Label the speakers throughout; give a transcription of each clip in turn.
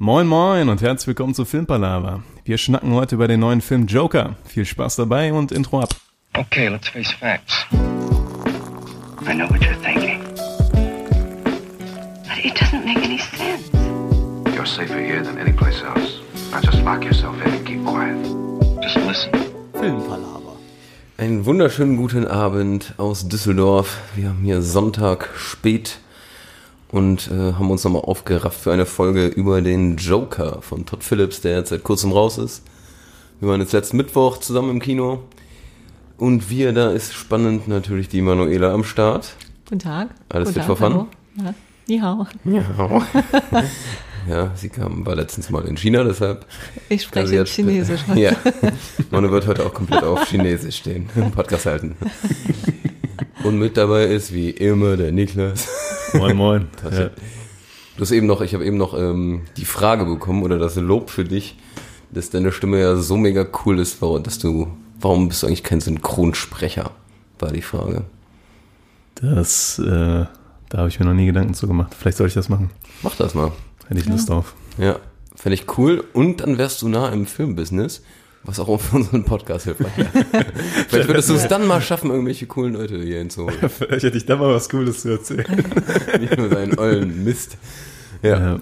Speaker 1: Moin moin und herzlich willkommen zu Filmpalava. Wir schnacken heute über den neuen Film Joker. Viel Spaß dabei und Intro ab.
Speaker 2: Okay, let's face facts. I know what you're thinking.
Speaker 3: But it doesn't make any sense.
Speaker 4: You're safer here than any place else. Now just lock yourself in and keep quiet.
Speaker 2: Just listen.
Speaker 5: Filmpalaver.
Speaker 6: Einen wunderschönen guten Abend aus Düsseldorf. Wir haben hier Sonntag spät und äh, haben uns nochmal aufgerafft für eine Folge über den Joker von Todd Phillips, der jetzt seit kurzem raus ist. Wir waren jetzt letzten Mittwoch zusammen im Kino. Und wir, da ist spannend natürlich die Manuela am Start.
Speaker 7: Guten Tag.
Speaker 6: Alles
Speaker 7: Guten
Speaker 6: fit for fun?
Speaker 7: hallo. Ja. Ni hao.
Speaker 6: Ja, sie kam, war letztens mal in China, deshalb
Speaker 7: Ich
Speaker 6: kann sie
Speaker 7: spreche
Speaker 6: Also jetzt-
Speaker 7: Chinesisch.
Speaker 6: Ja, Manu wird heute auch komplett auf Chinesisch stehen, im Podcast halten. Und mit dabei ist wie immer der Niklas.
Speaker 1: Moin moin. ja.
Speaker 6: Du hast eben noch, ich habe eben noch ähm, die Frage bekommen oder das Lob für dich, dass deine Stimme ja so mega cool ist, warum, dass du, warum bist du eigentlich kein Synchronsprecher? War die Frage.
Speaker 1: Das, äh, da habe ich mir noch nie Gedanken zu gemacht. Vielleicht soll ich das machen.
Speaker 6: Mach das mal.
Speaker 1: Hätte ich Lust drauf.
Speaker 6: Ja, fände ich cool. Und dann wärst du nah im Filmbusiness, was auch für unseren Podcast hilfreich wäre. Vielleicht würdest du es dann mal schaffen, irgendwelche coolen Leute hier hinzuholen.
Speaker 1: Vielleicht hätte ich da mal was Cooles zu erzählen.
Speaker 6: Nicht nur seinen ollen Mist. Ja.
Speaker 1: Ja,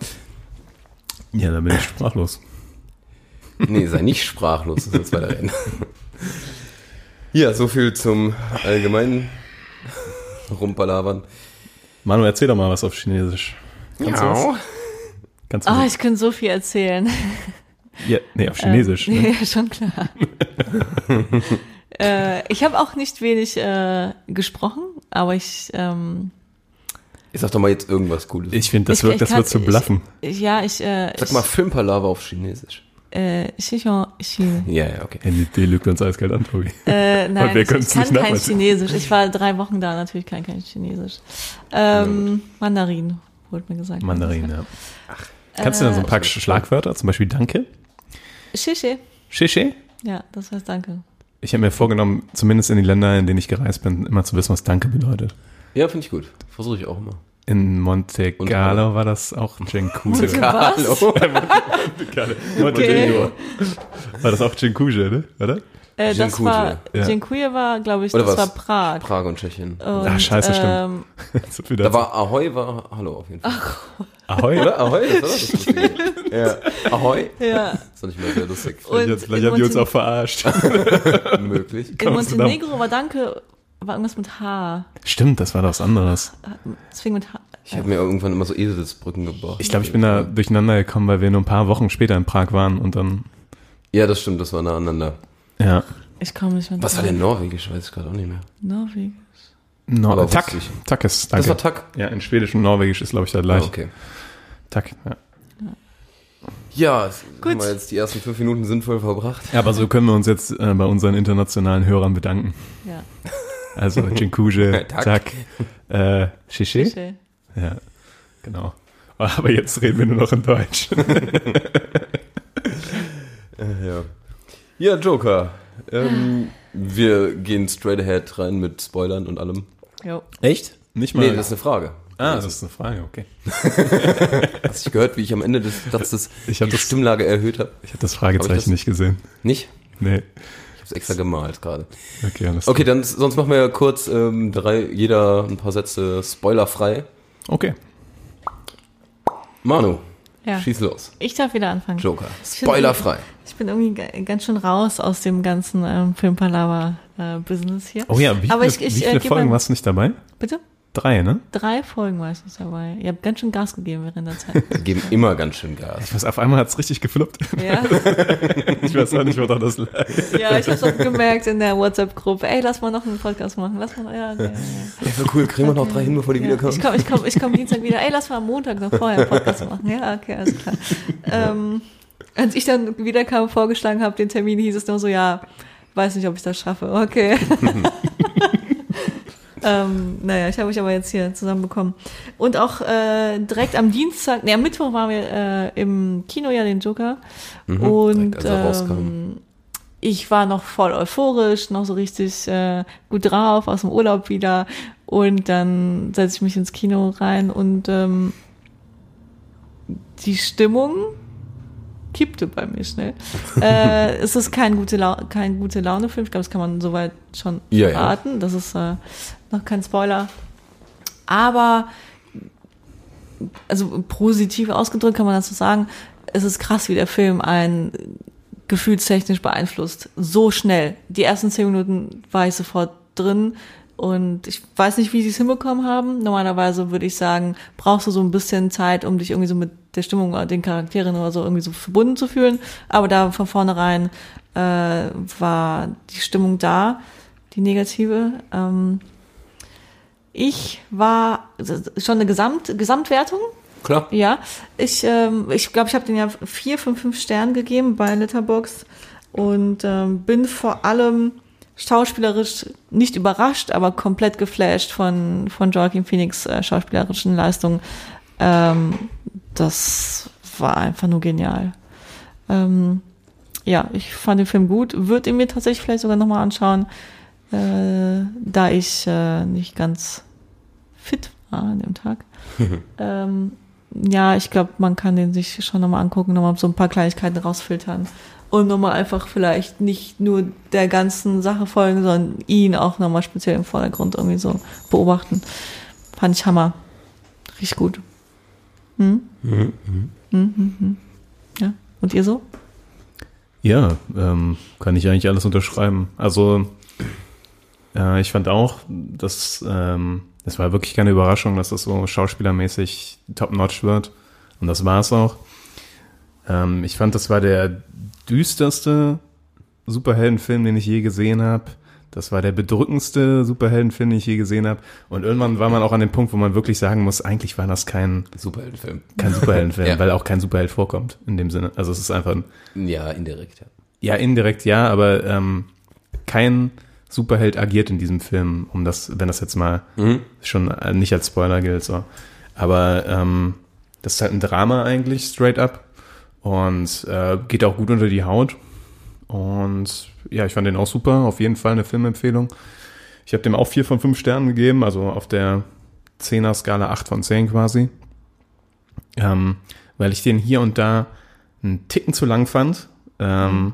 Speaker 1: ja da bin ich sprachlos.
Speaker 6: Nee, sei nicht sprachlos, sonst weiterreden. Ja, so viel zum allgemeinen Rumpalabern.
Speaker 1: Manu, erzähl doch mal was auf Chinesisch. Kannst du was? Kannst du
Speaker 7: Ah,
Speaker 1: was?
Speaker 7: ich könnte so viel erzählen.
Speaker 1: ja, nee, auf Chinesisch.
Speaker 7: Ähm,
Speaker 1: ne?
Speaker 7: Ja, schon klar. äh, ich habe auch nicht wenig äh, gesprochen, aber ich, ähm,
Speaker 6: Ich sag doch mal jetzt irgendwas Gutes.
Speaker 1: Ich finde, das,
Speaker 7: ich,
Speaker 1: wird,
Speaker 7: ich
Speaker 1: das
Speaker 7: kann-
Speaker 1: wird zu bluffen.
Speaker 7: Ich, ja, ich, äh,
Speaker 6: sag mal Filmpalaver auf Chinesisch.
Speaker 7: ich, äh, Xinjiang- China.
Speaker 6: Ja, ja, okay.
Speaker 1: Handy, die lügt uns eiskalt an, Tobi.
Speaker 7: Äh,
Speaker 1: Und
Speaker 7: nein,
Speaker 1: wir
Speaker 7: ich,
Speaker 1: können's
Speaker 7: ich kann
Speaker 1: nicht
Speaker 7: kein
Speaker 1: nachvollziehen.
Speaker 7: Chinesisch. Ich war drei Wochen da, natürlich kann ich kein Chinesisch. Ähm, Mandarin, wurde mir gesagt.
Speaker 1: Mandarin, ja. Kannst du dann so ein paar Sch- Schlagwörter, zum Beispiel Danke?
Speaker 7: Xixi.
Speaker 1: Shishi?
Speaker 7: Ja, das heißt danke.
Speaker 1: Ich habe mir vorgenommen, zumindest in die Länder, in denen ich gereist bin, immer zu wissen, was Danke bedeutet.
Speaker 6: Ja, finde ich gut. Versuche ich auch mal.
Speaker 1: In Monte
Speaker 6: Und-
Speaker 1: Carlo war das auch Cencuse.
Speaker 6: Hallo.
Speaker 1: Monte
Speaker 7: Okay.
Speaker 1: Carlo. War das auch Cencuse, ne? Oder?
Speaker 7: Äh, das
Speaker 6: Dziękuję.
Speaker 7: war,
Speaker 1: Ja.
Speaker 7: Dziękuję war, glaube ich,
Speaker 6: Oder
Speaker 7: das
Speaker 6: was?
Speaker 7: war Prag.
Speaker 6: Prag und Tschechien.
Speaker 7: Und,
Speaker 1: Ach, Ah, scheiße, stimmt.
Speaker 7: Ähm,
Speaker 1: So viel
Speaker 6: Da
Speaker 1: dazu.
Speaker 6: war Ahoi, war Hallo auf jeden Fall.
Speaker 1: Ahoi, oder?
Speaker 6: Oder? Ahoi, das war doch das Lustige. Ja. Ahoi?
Speaker 7: ähm, ja.
Speaker 6: Ist doch nicht mehr sehr lustig.
Speaker 7: Und
Speaker 1: Jetzt, vielleicht
Speaker 7: in
Speaker 1: haben die uns
Speaker 7: Monten-
Speaker 1: auch verarscht.
Speaker 6: Möglich.
Speaker 7: In
Speaker 1: Kommst du da-
Speaker 7: Montenegro war Danke, war irgendwas mit H.
Speaker 1: Stimmt, das war doch was anderes.
Speaker 7: Deswegen mit H.
Speaker 6: Ich habe mir irgendwann immer so Eselsbrücken gebaut.
Speaker 1: Ich glaube, ich bin da durcheinander gekommen, weil wir nur ein paar Wochen später in Prag waren und dann,
Speaker 6: Ja, das stimmt, das war nah aneinander.
Speaker 1: ja.
Speaker 7: äh, Ich komme nicht mehr
Speaker 6: Was war
Speaker 7: drauf.
Speaker 6: denn Norwegisch? Weiß ich gerade auch nicht mehr.
Speaker 7: Norwegen.
Speaker 1: No,
Speaker 6: Aber
Speaker 1: Tack.
Speaker 6: wusste ich.
Speaker 1: Tack ist, danke.
Speaker 6: Das war Tack.
Speaker 1: ja, in Schwedisch und Norwegisch ist, glaube ich, das gleich.
Speaker 6: Ah, okay.
Speaker 1: Tack, ja.
Speaker 6: Ja, es-
Speaker 7: Gut.
Speaker 6: haben wir jetzt die ersten fünf Minuten sinnvoll verbracht.
Speaker 1: Ja, aber so können wir uns jetzt äh, bei unseren internationalen Hörern bedanken.
Speaker 7: Ja,
Speaker 1: Also Cincuje,
Speaker 6: Tack.
Speaker 1: Tack, äh, Shishi.
Speaker 7: schön.
Speaker 1: Ja, genau. Aber jetzt reden wir nur noch in Deutsch.
Speaker 6: Ja, ja Joker. Ähm, wir gehen straight ahead rein mit Spoilern und allem.
Speaker 7: Jo.
Speaker 1: Echt? Nicht mal.
Speaker 6: Nee, das ist eine Frage.
Speaker 1: ah, das ist eine Frage, okay.
Speaker 6: Hast du gehört, wie ich am Ende des Satzes
Speaker 1: Ich hab
Speaker 6: die
Speaker 1: das-
Speaker 6: Stimmlage erhöht habe?
Speaker 1: Ich habe das
Speaker 6: Hab ich
Speaker 1: Fragezeichen
Speaker 6: das-
Speaker 1: nicht gesehen.
Speaker 6: Nicht?
Speaker 1: Nee.
Speaker 6: Ich habe es extra gemalt gerade.
Speaker 1: Okay, alles
Speaker 6: Okay, dann sonst machen wir ja kurz ähm, drei, jeder ein paar Sätze spoilerfrei.
Speaker 1: klar. Okay.
Speaker 6: Manu,
Speaker 7: Ja.
Speaker 6: schieß los.
Speaker 7: Ich darf wieder anfangen.
Speaker 6: Joker.
Speaker 7: Ich bin-
Speaker 6: Spoilerfrei.
Speaker 7: Ich bin irgendwie ga- ganz schön raus aus dem ganzen ähm, Filmpalaver-Business hier.
Speaker 1: Oh ja, wie,
Speaker 7: Aber
Speaker 1: viele,
Speaker 7: ich, ich,
Speaker 1: wie viele
Speaker 7: äh, geb
Speaker 1: Folgen
Speaker 7: mein-
Speaker 1: warst du nicht dabei?
Speaker 7: Bitte?
Speaker 1: Drei, ne?
Speaker 7: Drei Folgen war ich nicht dabei. Ihr habt ganz schön Gas gegeben während der Zeit.
Speaker 6: Wir geben immer ganz schön Gas.
Speaker 1: Ich weiß, auf einmal hat's richtig gefloppt.
Speaker 7: ja.
Speaker 1: Ich weiß auch nicht, woran das lag.
Speaker 7: Ja, ich hab's auch gemerkt in der WhatsApp-Gruppe. Ey, lass mal noch einen Podcast machen. Lass mal, ja, ja, ja.
Speaker 6: Ja, wäre cool, kriegen wir noch drei hin, bevor die
Speaker 7: ja.
Speaker 6: wiederkommen.
Speaker 7: Ich komm, ich komm, ich komm Dienstag wieder. Ey, lass mal am Montag noch vorher einen Podcast machen. Ja, okay, alles klar. Ähm, als ich dann wiederkam, vorgeschlagen habe, den Termin, hieß es nur so, ja, weiß nicht, ob ich das schaffe. Okay. Ähm, naja, ich habe mich aber jetzt hier zusammenbekommen. Und auch äh, direkt am Dienstag, nee, am Mittwoch waren wir äh, im Kino ja den Joker. Und
Speaker 6: Mhm. direkt, als er rauskam.
Speaker 7: ähm, ich war noch voll euphorisch, noch so richtig äh, gut drauf, aus dem Urlaub wieder. Und dann setze ich mich ins Kino rein und ähm, die Stimmung kippte bei mir schnell. äh, es ist kein gute, Lau kein gute Laune-Film. Ich glaube, das kann man soweit schon
Speaker 6: Ja, ja.
Speaker 7: verraten. Das ist äh, noch kein Spoiler. Aber, also positiv ausgedrückt kann man das so sagen, es ist krass, wie der Film einen gefühlstechnisch beeinflusst. So schnell. Die ersten zehn Minuten war ich sofort drin. Und ich weiß nicht, wie sie es hinbekommen haben. Normalerweise würde ich sagen, brauchst du so ein bisschen Zeit, um dich irgendwie so mit der Stimmung oder den Charakteren oder so irgendwie so verbunden zu fühlen. Aber da von vornherein äh, war die Stimmung da, die negative. Ähm, ich war das ist schon eine Gesamt Gesamtwertung.
Speaker 6: Klar.
Speaker 7: Ja, ich ähm, ich glaube, ich habe den ja vier, fünf, fünf Sterne gegeben bei Letterbox und ähm, bin vor allem schauspielerisch nicht überrascht, aber komplett geflasht von von Joaquin Phoenix äh, schauspielerischen Leistung. Ähm, das war einfach nur genial. Ähm, ja, ich fand den Film gut, würde ihn mir tatsächlich vielleicht sogar nochmal anschauen, äh, da ich äh, nicht ganz fit war an dem Tag. ähm, ja, ich glaube, man kann den sich schon nochmal angucken, nochmal so ein paar Kleinigkeiten rausfiltern und nochmal einfach vielleicht nicht nur der ganzen Sache folgen, sondern ihn auch nochmal speziell im Vordergrund irgendwie so beobachten. Fand ich Hammer. Richtig gut. Hm? Mhm. Mhm. Ja. Und ihr so?
Speaker 1: Ja, ähm, kann ich eigentlich alles unterschreiben. Also äh, ich fand auch, dass ähm, es war wirklich keine Überraschung, dass das so schauspielermäßig top-notch wird. Und das war es auch. Ähm, ich fand, das war der düsterste Superheldenfilm, den ich je gesehen habe. Das war der bedrückendste Superheldenfilm, den ich je gesehen habe. Und irgendwann war man auch an dem Punkt, wo man wirklich sagen muss, eigentlich war das kein,
Speaker 6: Superheldenfilm.
Speaker 1: kein Superheldenfilm,
Speaker 6: Ja.
Speaker 1: weil auch kein Superheld vorkommt in dem Sinne. Also es ist einfach ein
Speaker 6: Ja, indirekt, ja.
Speaker 1: ja, indirekt ja, aber ähm, kein Superheld agiert in diesem Film, um das, wenn das jetzt mal
Speaker 7: Mhm.
Speaker 1: schon äh, nicht als Spoiler gilt, so. Aber ähm, das ist halt ein Drama eigentlich, straight up. Und äh, geht auch gut unter die Haut. Und ja, ich fand den auch super. Auf jeden Fall eine Filmempfehlung. Ich habe dem auch vier von fünf Sternen gegeben, also auf der 10er-Skala 8 von 10 quasi. Ähm, weil ich den hier und da einen Ticken zu lang fand. Ähm,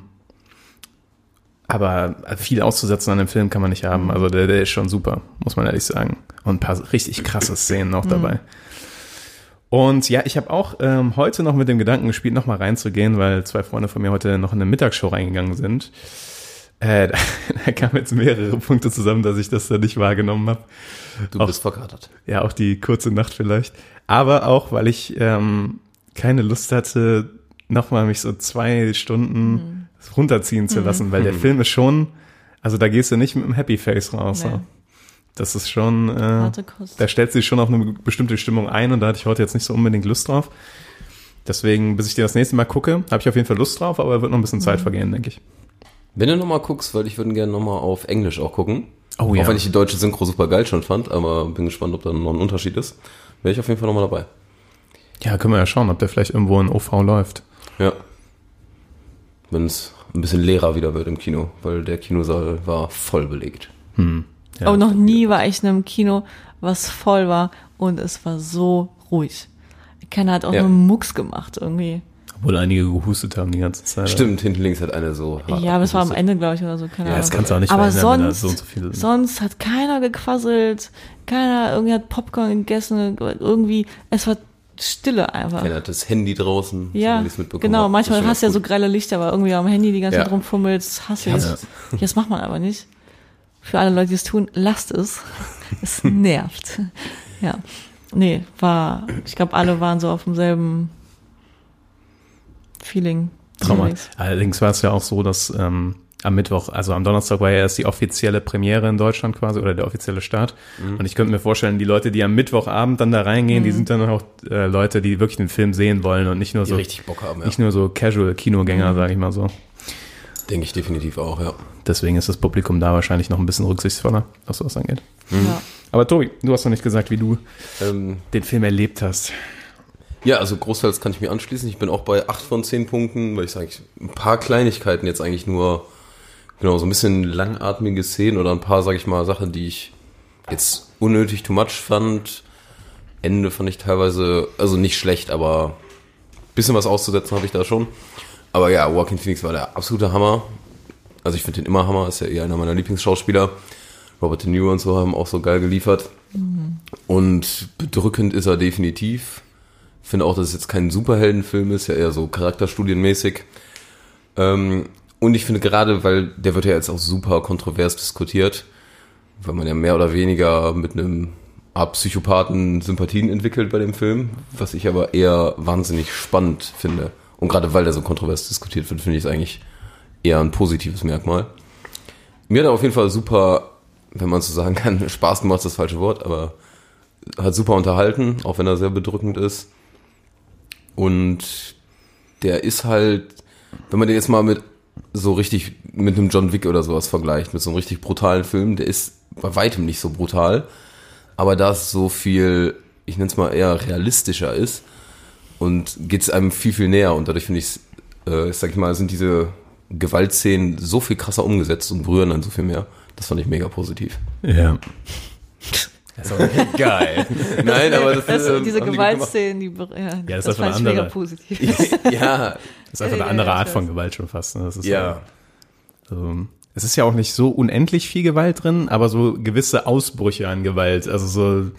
Speaker 1: aber viel auszusetzen an dem Film kann man nicht haben. Also der, der ist schon super, muss man ehrlich sagen. Und ein paar richtig krasse Szenen noch dabei. Und ja, ich habe auch ähm, heute noch mit dem Gedanken gespielt, nochmal reinzugehen, weil zwei Freunde von mir heute noch in eine Mittagsshow reingegangen sind. Äh, da, da kamen jetzt mehrere Punkte zusammen, dass ich das da nicht wahrgenommen habe.
Speaker 6: Du
Speaker 1: Auch-
Speaker 6: bist verkatert.
Speaker 1: Ja, auch die kurze Nacht vielleicht. Aber auch, weil ich ähm, keine Lust hatte, nochmal mich so zwei Stunden
Speaker 7: Mhm.
Speaker 1: runterziehen zu lassen, weil der Film ist schon, also da gehst du nicht mit einem Happy Face raus.
Speaker 7: Nee.
Speaker 1: So. Das ist schon, äh,
Speaker 7: Harte Kost.
Speaker 1: da stellt sich schon auf eine bestimmte Stimmung ein und da hatte ich heute jetzt nicht so unbedingt Lust drauf. Deswegen, bis ich dir das nächste Mal gucke, habe ich auf jeden Fall Lust drauf, aber wird noch ein bisschen
Speaker 7: Mhm.
Speaker 1: Zeit vergehen, denke ich.
Speaker 6: Wenn du nochmal guckst, weil ich würde gerne nochmal auf Englisch auch gucken.
Speaker 1: Oh
Speaker 6: auch
Speaker 1: ja.
Speaker 6: wenn ich die deutsche Synchro super geil schon fand, aber bin gespannt, ob da noch ein Unterschied ist. Wäre ich auf jeden Fall nochmal dabei.
Speaker 1: Ja, können wir ja schauen, ob der vielleicht irgendwo in OV läuft.
Speaker 6: Ja. Wenn es ein bisschen leerer wieder wird im Kino, weil der Kinosaal war voll belegt.
Speaker 7: Aber noch nie war ich in einem Kino, was voll war und es war so ruhig. Keiner hat auch
Speaker 6: Ja.
Speaker 7: nur Mucks gemacht irgendwie.
Speaker 1: Obwohl einige gehustet haben die ganze Zeit.
Speaker 6: Stimmt, hinten links hat eine so. hart
Speaker 7: ja, aber es war am
Speaker 6: abgehustet.
Speaker 7: Ende, glaube ich, oder so. Keine
Speaker 1: Ja, das
Speaker 7: Ahnung.
Speaker 1: kannst du auch nicht
Speaker 7: aber
Speaker 1: verhindern, wenn da
Speaker 7: sonst,
Speaker 1: so und so viele sind.
Speaker 7: sonst hat keiner gequasselt, keiner irgendwie hat Popcorn gegessen, irgendwie, es war Stille einfach.
Speaker 6: Keiner hat das Handy draußen.
Speaker 7: Ja, genau, manchmal hast du ja so grelle Lichter, aber irgendwie am Handy die ganze
Speaker 6: Ja.
Speaker 7: Zeit rumfummelst, hast du
Speaker 6: Ja.
Speaker 7: das. Das macht man aber nicht. Für alle Leute, die es tun, lasst es. Es nervt. Ja. Nee, war, ich glaube, alle waren so auf demselben Feeling.
Speaker 1: Trauma. Allerdings war es ja auch so, dass ähm, am Mittwoch, also am Donnerstag war ja erst die offizielle Premiere in Deutschland quasi oder der offizielle Start.
Speaker 6: Mhm.
Speaker 1: Und ich könnte mir vorstellen, die Leute, die am Mittwochabend dann da reingehen, die sind dann auch äh, Leute, die wirklich den Film sehen wollen und nicht nur
Speaker 7: Also
Speaker 6: Die
Speaker 1: so
Speaker 6: richtig Bock haben, ja.
Speaker 1: nicht nur so Casual Kinogänger, sage ich mal so.
Speaker 6: Denke ich definitiv auch, ja.
Speaker 1: Deswegen ist das Publikum da wahrscheinlich noch ein bisschen rücksichtsvoller, was das angeht.
Speaker 7: Ja.
Speaker 1: Aber Tobi, du hast noch nicht gesagt, wie du
Speaker 6: Ähm,
Speaker 1: den Film erlebt hast.
Speaker 6: Ja, also großteils kann ich mir anschließen. Ich bin auch bei 8 von 10 Punkten, weil ich sage, ich- ein paar Kleinigkeiten jetzt eigentlich nur, genau, so ein bisschen langatmige Szenen oder ein paar, sage ich mal, Sachen, die ich jetzt unnötig too much fand. Ende fand ich teilweise, also nicht schlecht, aber bisschen was auszusetzen habe ich da schon. Aber ja, Joaquin Phoenix war der absolute Hammer. Also ich finde den immer Hammer, ist ja eher einer meiner Lieblingsschauspieler. Robert De Niro und so haben auch so geil geliefert. Und bedrückend ist er definitiv. Finde auch, dass es jetzt kein Superheldenfilm ist, ja eher so charakterstudienmäßig. Ähm, und ich finde gerade, weil der wird ja jetzt auch super kontrovers diskutiert, weil man ja mehr oder weniger mit einem Art Psychopathen Sympathien entwickelt bei dem Film, was ich aber eher wahnsinnig spannend finde. Und gerade weil der so kontrovers diskutiert wird, finde ich es eigentlich eher ein positives Merkmal. Mir hat er auf jeden Fall super, wenn man so sagen kann, Spaß gemacht, ist das falsche Wort, aber hat super unterhalten, auch wenn er sehr bedrückend ist. Und der ist halt, wenn man den jetzt mal mit so richtig mit einem John Wick oder sowas vergleicht, mit so einem richtig brutalen Film, der ist bei weitem nicht so brutal, aber da es so viel, ich nenne es mal eher realistischer ist und geht es einem viel, viel näher und dadurch finde ich es, äh, sag ich mal, sind diese Gewaltszenen so viel krasser umgesetzt und berühren dann so viel mehr. Das fand ich mega positiv.
Speaker 1: Ja. Das ist aber geil.
Speaker 6: Nein, aber das,
Speaker 7: Das,
Speaker 6: ist, ähm,
Speaker 7: diese
Speaker 6: haben die gut gemacht.
Speaker 7: Gewaltszenen, die, ber- ja,
Speaker 1: das
Speaker 7: das,
Speaker 1: ist
Speaker 7: fand
Speaker 1: einfach
Speaker 7: ich mega
Speaker 1: andere.
Speaker 7: positiv.
Speaker 6: ja,
Speaker 1: Das ist einfach eine
Speaker 7: Ja,
Speaker 1: andere
Speaker 7: ja,
Speaker 1: Art
Speaker 7: ich
Speaker 1: von Gewalt schon fast. ne? Das ist
Speaker 6: ja.
Speaker 1: Also, es ist ja auch nicht so unendlich viel Gewalt drin, aber so gewisse Ausbrüche an Gewalt. Also so,
Speaker 6: Ähm,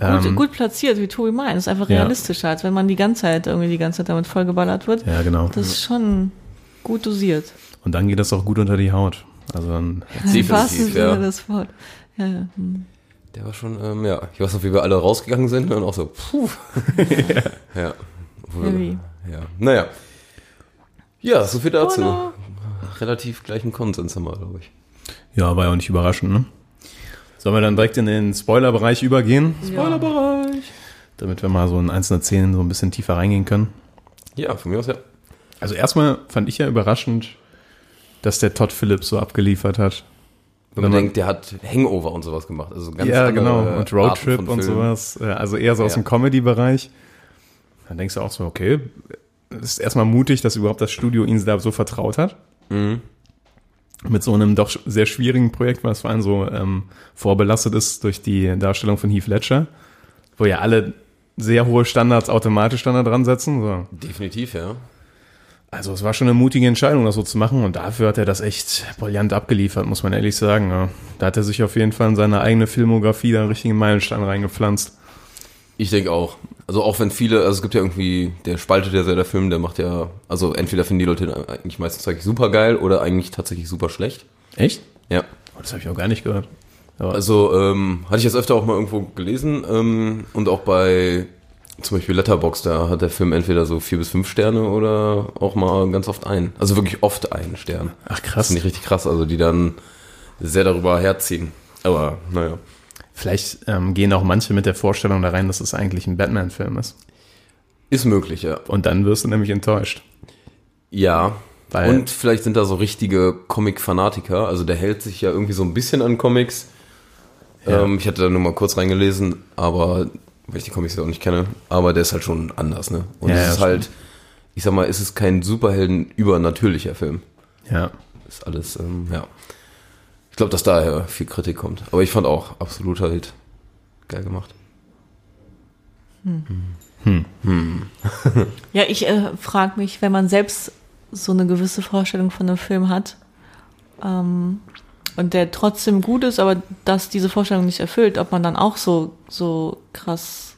Speaker 1: ähm,
Speaker 7: gut, gut platziert, wie Tobi meint. Ist einfach
Speaker 1: ja.
Speaker 7: realistischer, als wenn man die ganze Zeit irgendwie die ganze Zeit damit vollgeballert wird.
Speaker 1: ja genau.
Speaker 7: Das ist schon gut dosiert.
Speaker 1: Und dann geht das auch gut unter die Haut. Also dann,
Speaker 7: Im wahrsten
Speaker 6: definitiv,
Speaker 7: Sinne
Speaker 6: ja.
Speaker 7: des Wortes. Ja, ja.
Speaker 6: Der war schon, ähm, ja, ich weiß noch, wie wir alle rausgegangen sind und auch so, puh. ja. Obwohl wir-
Speaker 7: Heavy.
Speaker 6: ja. Naja. Ja, so viel dazu.
Speaker 7: Bono.
Speaker 6: Relativ gleichen Konsens haben wir, glaube ich.
Speaker 1: ja, war ja auch nicht überraschend, ne? Sollen wir dann direkt in den Spoilerbereich übergehen?
Speaker 6: Spoilerbereich.
Speaker 1: Damit wir mal so in einzelne Szenen so ein bisschen tiefer reingehen können.
Speaker 6: Ja, von mir aus ja.
Speaker 1: Also erstmal fand ich ja überraschend, dass der Todd Phillips so abgeliefert hat.
Speaker 6: Wenn man
Speaker 1: man-
Speaker 6: denkt, der hat Hangover und sowas gemacht. Also ganz
Speaker 1: Ja,
Speaker 6: andere
Speaker 1: genau. Und
Speaker 6: Arten
Speaker 1: Roadtrip
Speaker 6: von
Speaker 1: und
Speaker 6: Filmen.
Speaker 1: sowas. Ja, Also eher so aus
Speaker 6: Ja.
Speaker 1: dem Comedy-Bereich. Dann denkst du auch so, okay, ist erstmal mutig, dass überhaupt das Studio ihn da so vertraut hat.
Speaker 6: Mhm.
Speaker 1: Mit so einem doch sehr schwierigen Projekt, was vor allem so ähm, vorbelastet ist durch die Darstellung von Heath Ledger, wo ja alle sehr hohe Standards automatisch dann da dran setzen. So.
Speaker 6: Definitiv, ja.
Speaker 1: Also es war schon eine mutige Entscheidung, das so zu machen und dafür hat er das echt brillant abgeliefert, muss man ehrlich sagen. Ja. Da hat er sich auf jeden Fall in seine eigene Filmografie da einen richtigen Meilenstein reingepflanzt.
Speaker 6: Ich denke auch. Also auch wenn viele, also es gibt ja irgendwie, der spaltet ja sehr der Film, der macht ja, also entweder finden die Leute ihn eigentlich meistens tatsächlich super geil oder eigentlich tatsächlich super schlecht.
Speaker 1: Echt?
Speaker 6: Ja.
Speaker 1: Oh, das habe ich auch gar nicht gehört.
Speaker 6: Also ähm, hatte ich jetzt öfter auch mal irgendwo gelesen ähm, und auch bei zum Beispiel Letterbox, da hat der Film entweder so vier bis fünf Sterne oder auch mal ganz oft einen. Also wirklich oft einen Stern.
Speaker 1: Ach
Speaker 6: Das
Speaker 1: krass.
Speaker 6: finde ich richtig krass, also die dann sehr darüber herziehen. Aber naja.
Speaker 1: Vielleicht ähm, gehen auch manche mit der Vorstellung da rein, dass es eigentlich ein Batman-Film ist.
Speaker 6: Ist möglich, ja.
Speaker 1: Und dann wirst du nämlich enttäuscht.
Speaker 6: Ja.
Speaker 1: Weil-
Speaker 6: und vielleicht sind da so richtige Comic-Fanatiker. Also der hält sich ja irgendwie so ein bisschen an Comics. Ähm, ich hatte da nur mal kurz reingelesen, aber weil ich die Comics ja auch nicht kenne, aber der ist halt schon anders, ne? Und
Speaker 1: Ja,
Speaker 6: es
Speaker 1: ja,
Speaker 6: ist halt, ich sag mal, es ist kein Superhelden übernatürlicher Film.
Speaker 1: Ja.
Speaker 6: Ist alles, ähm, ja. Ich glaube, dass daher viel Kritik kommt. Aber ich fand auch absolut halt geil gemacht.
Speaker 7: ja ich äh, frage mich, wenn man selbst so eine gewisse Vorstellung von einem Film hat ähm, und der trotzdem gut ist, aber dass diese Vorstellung nicht erfüllt, ob man dann auch so, so krass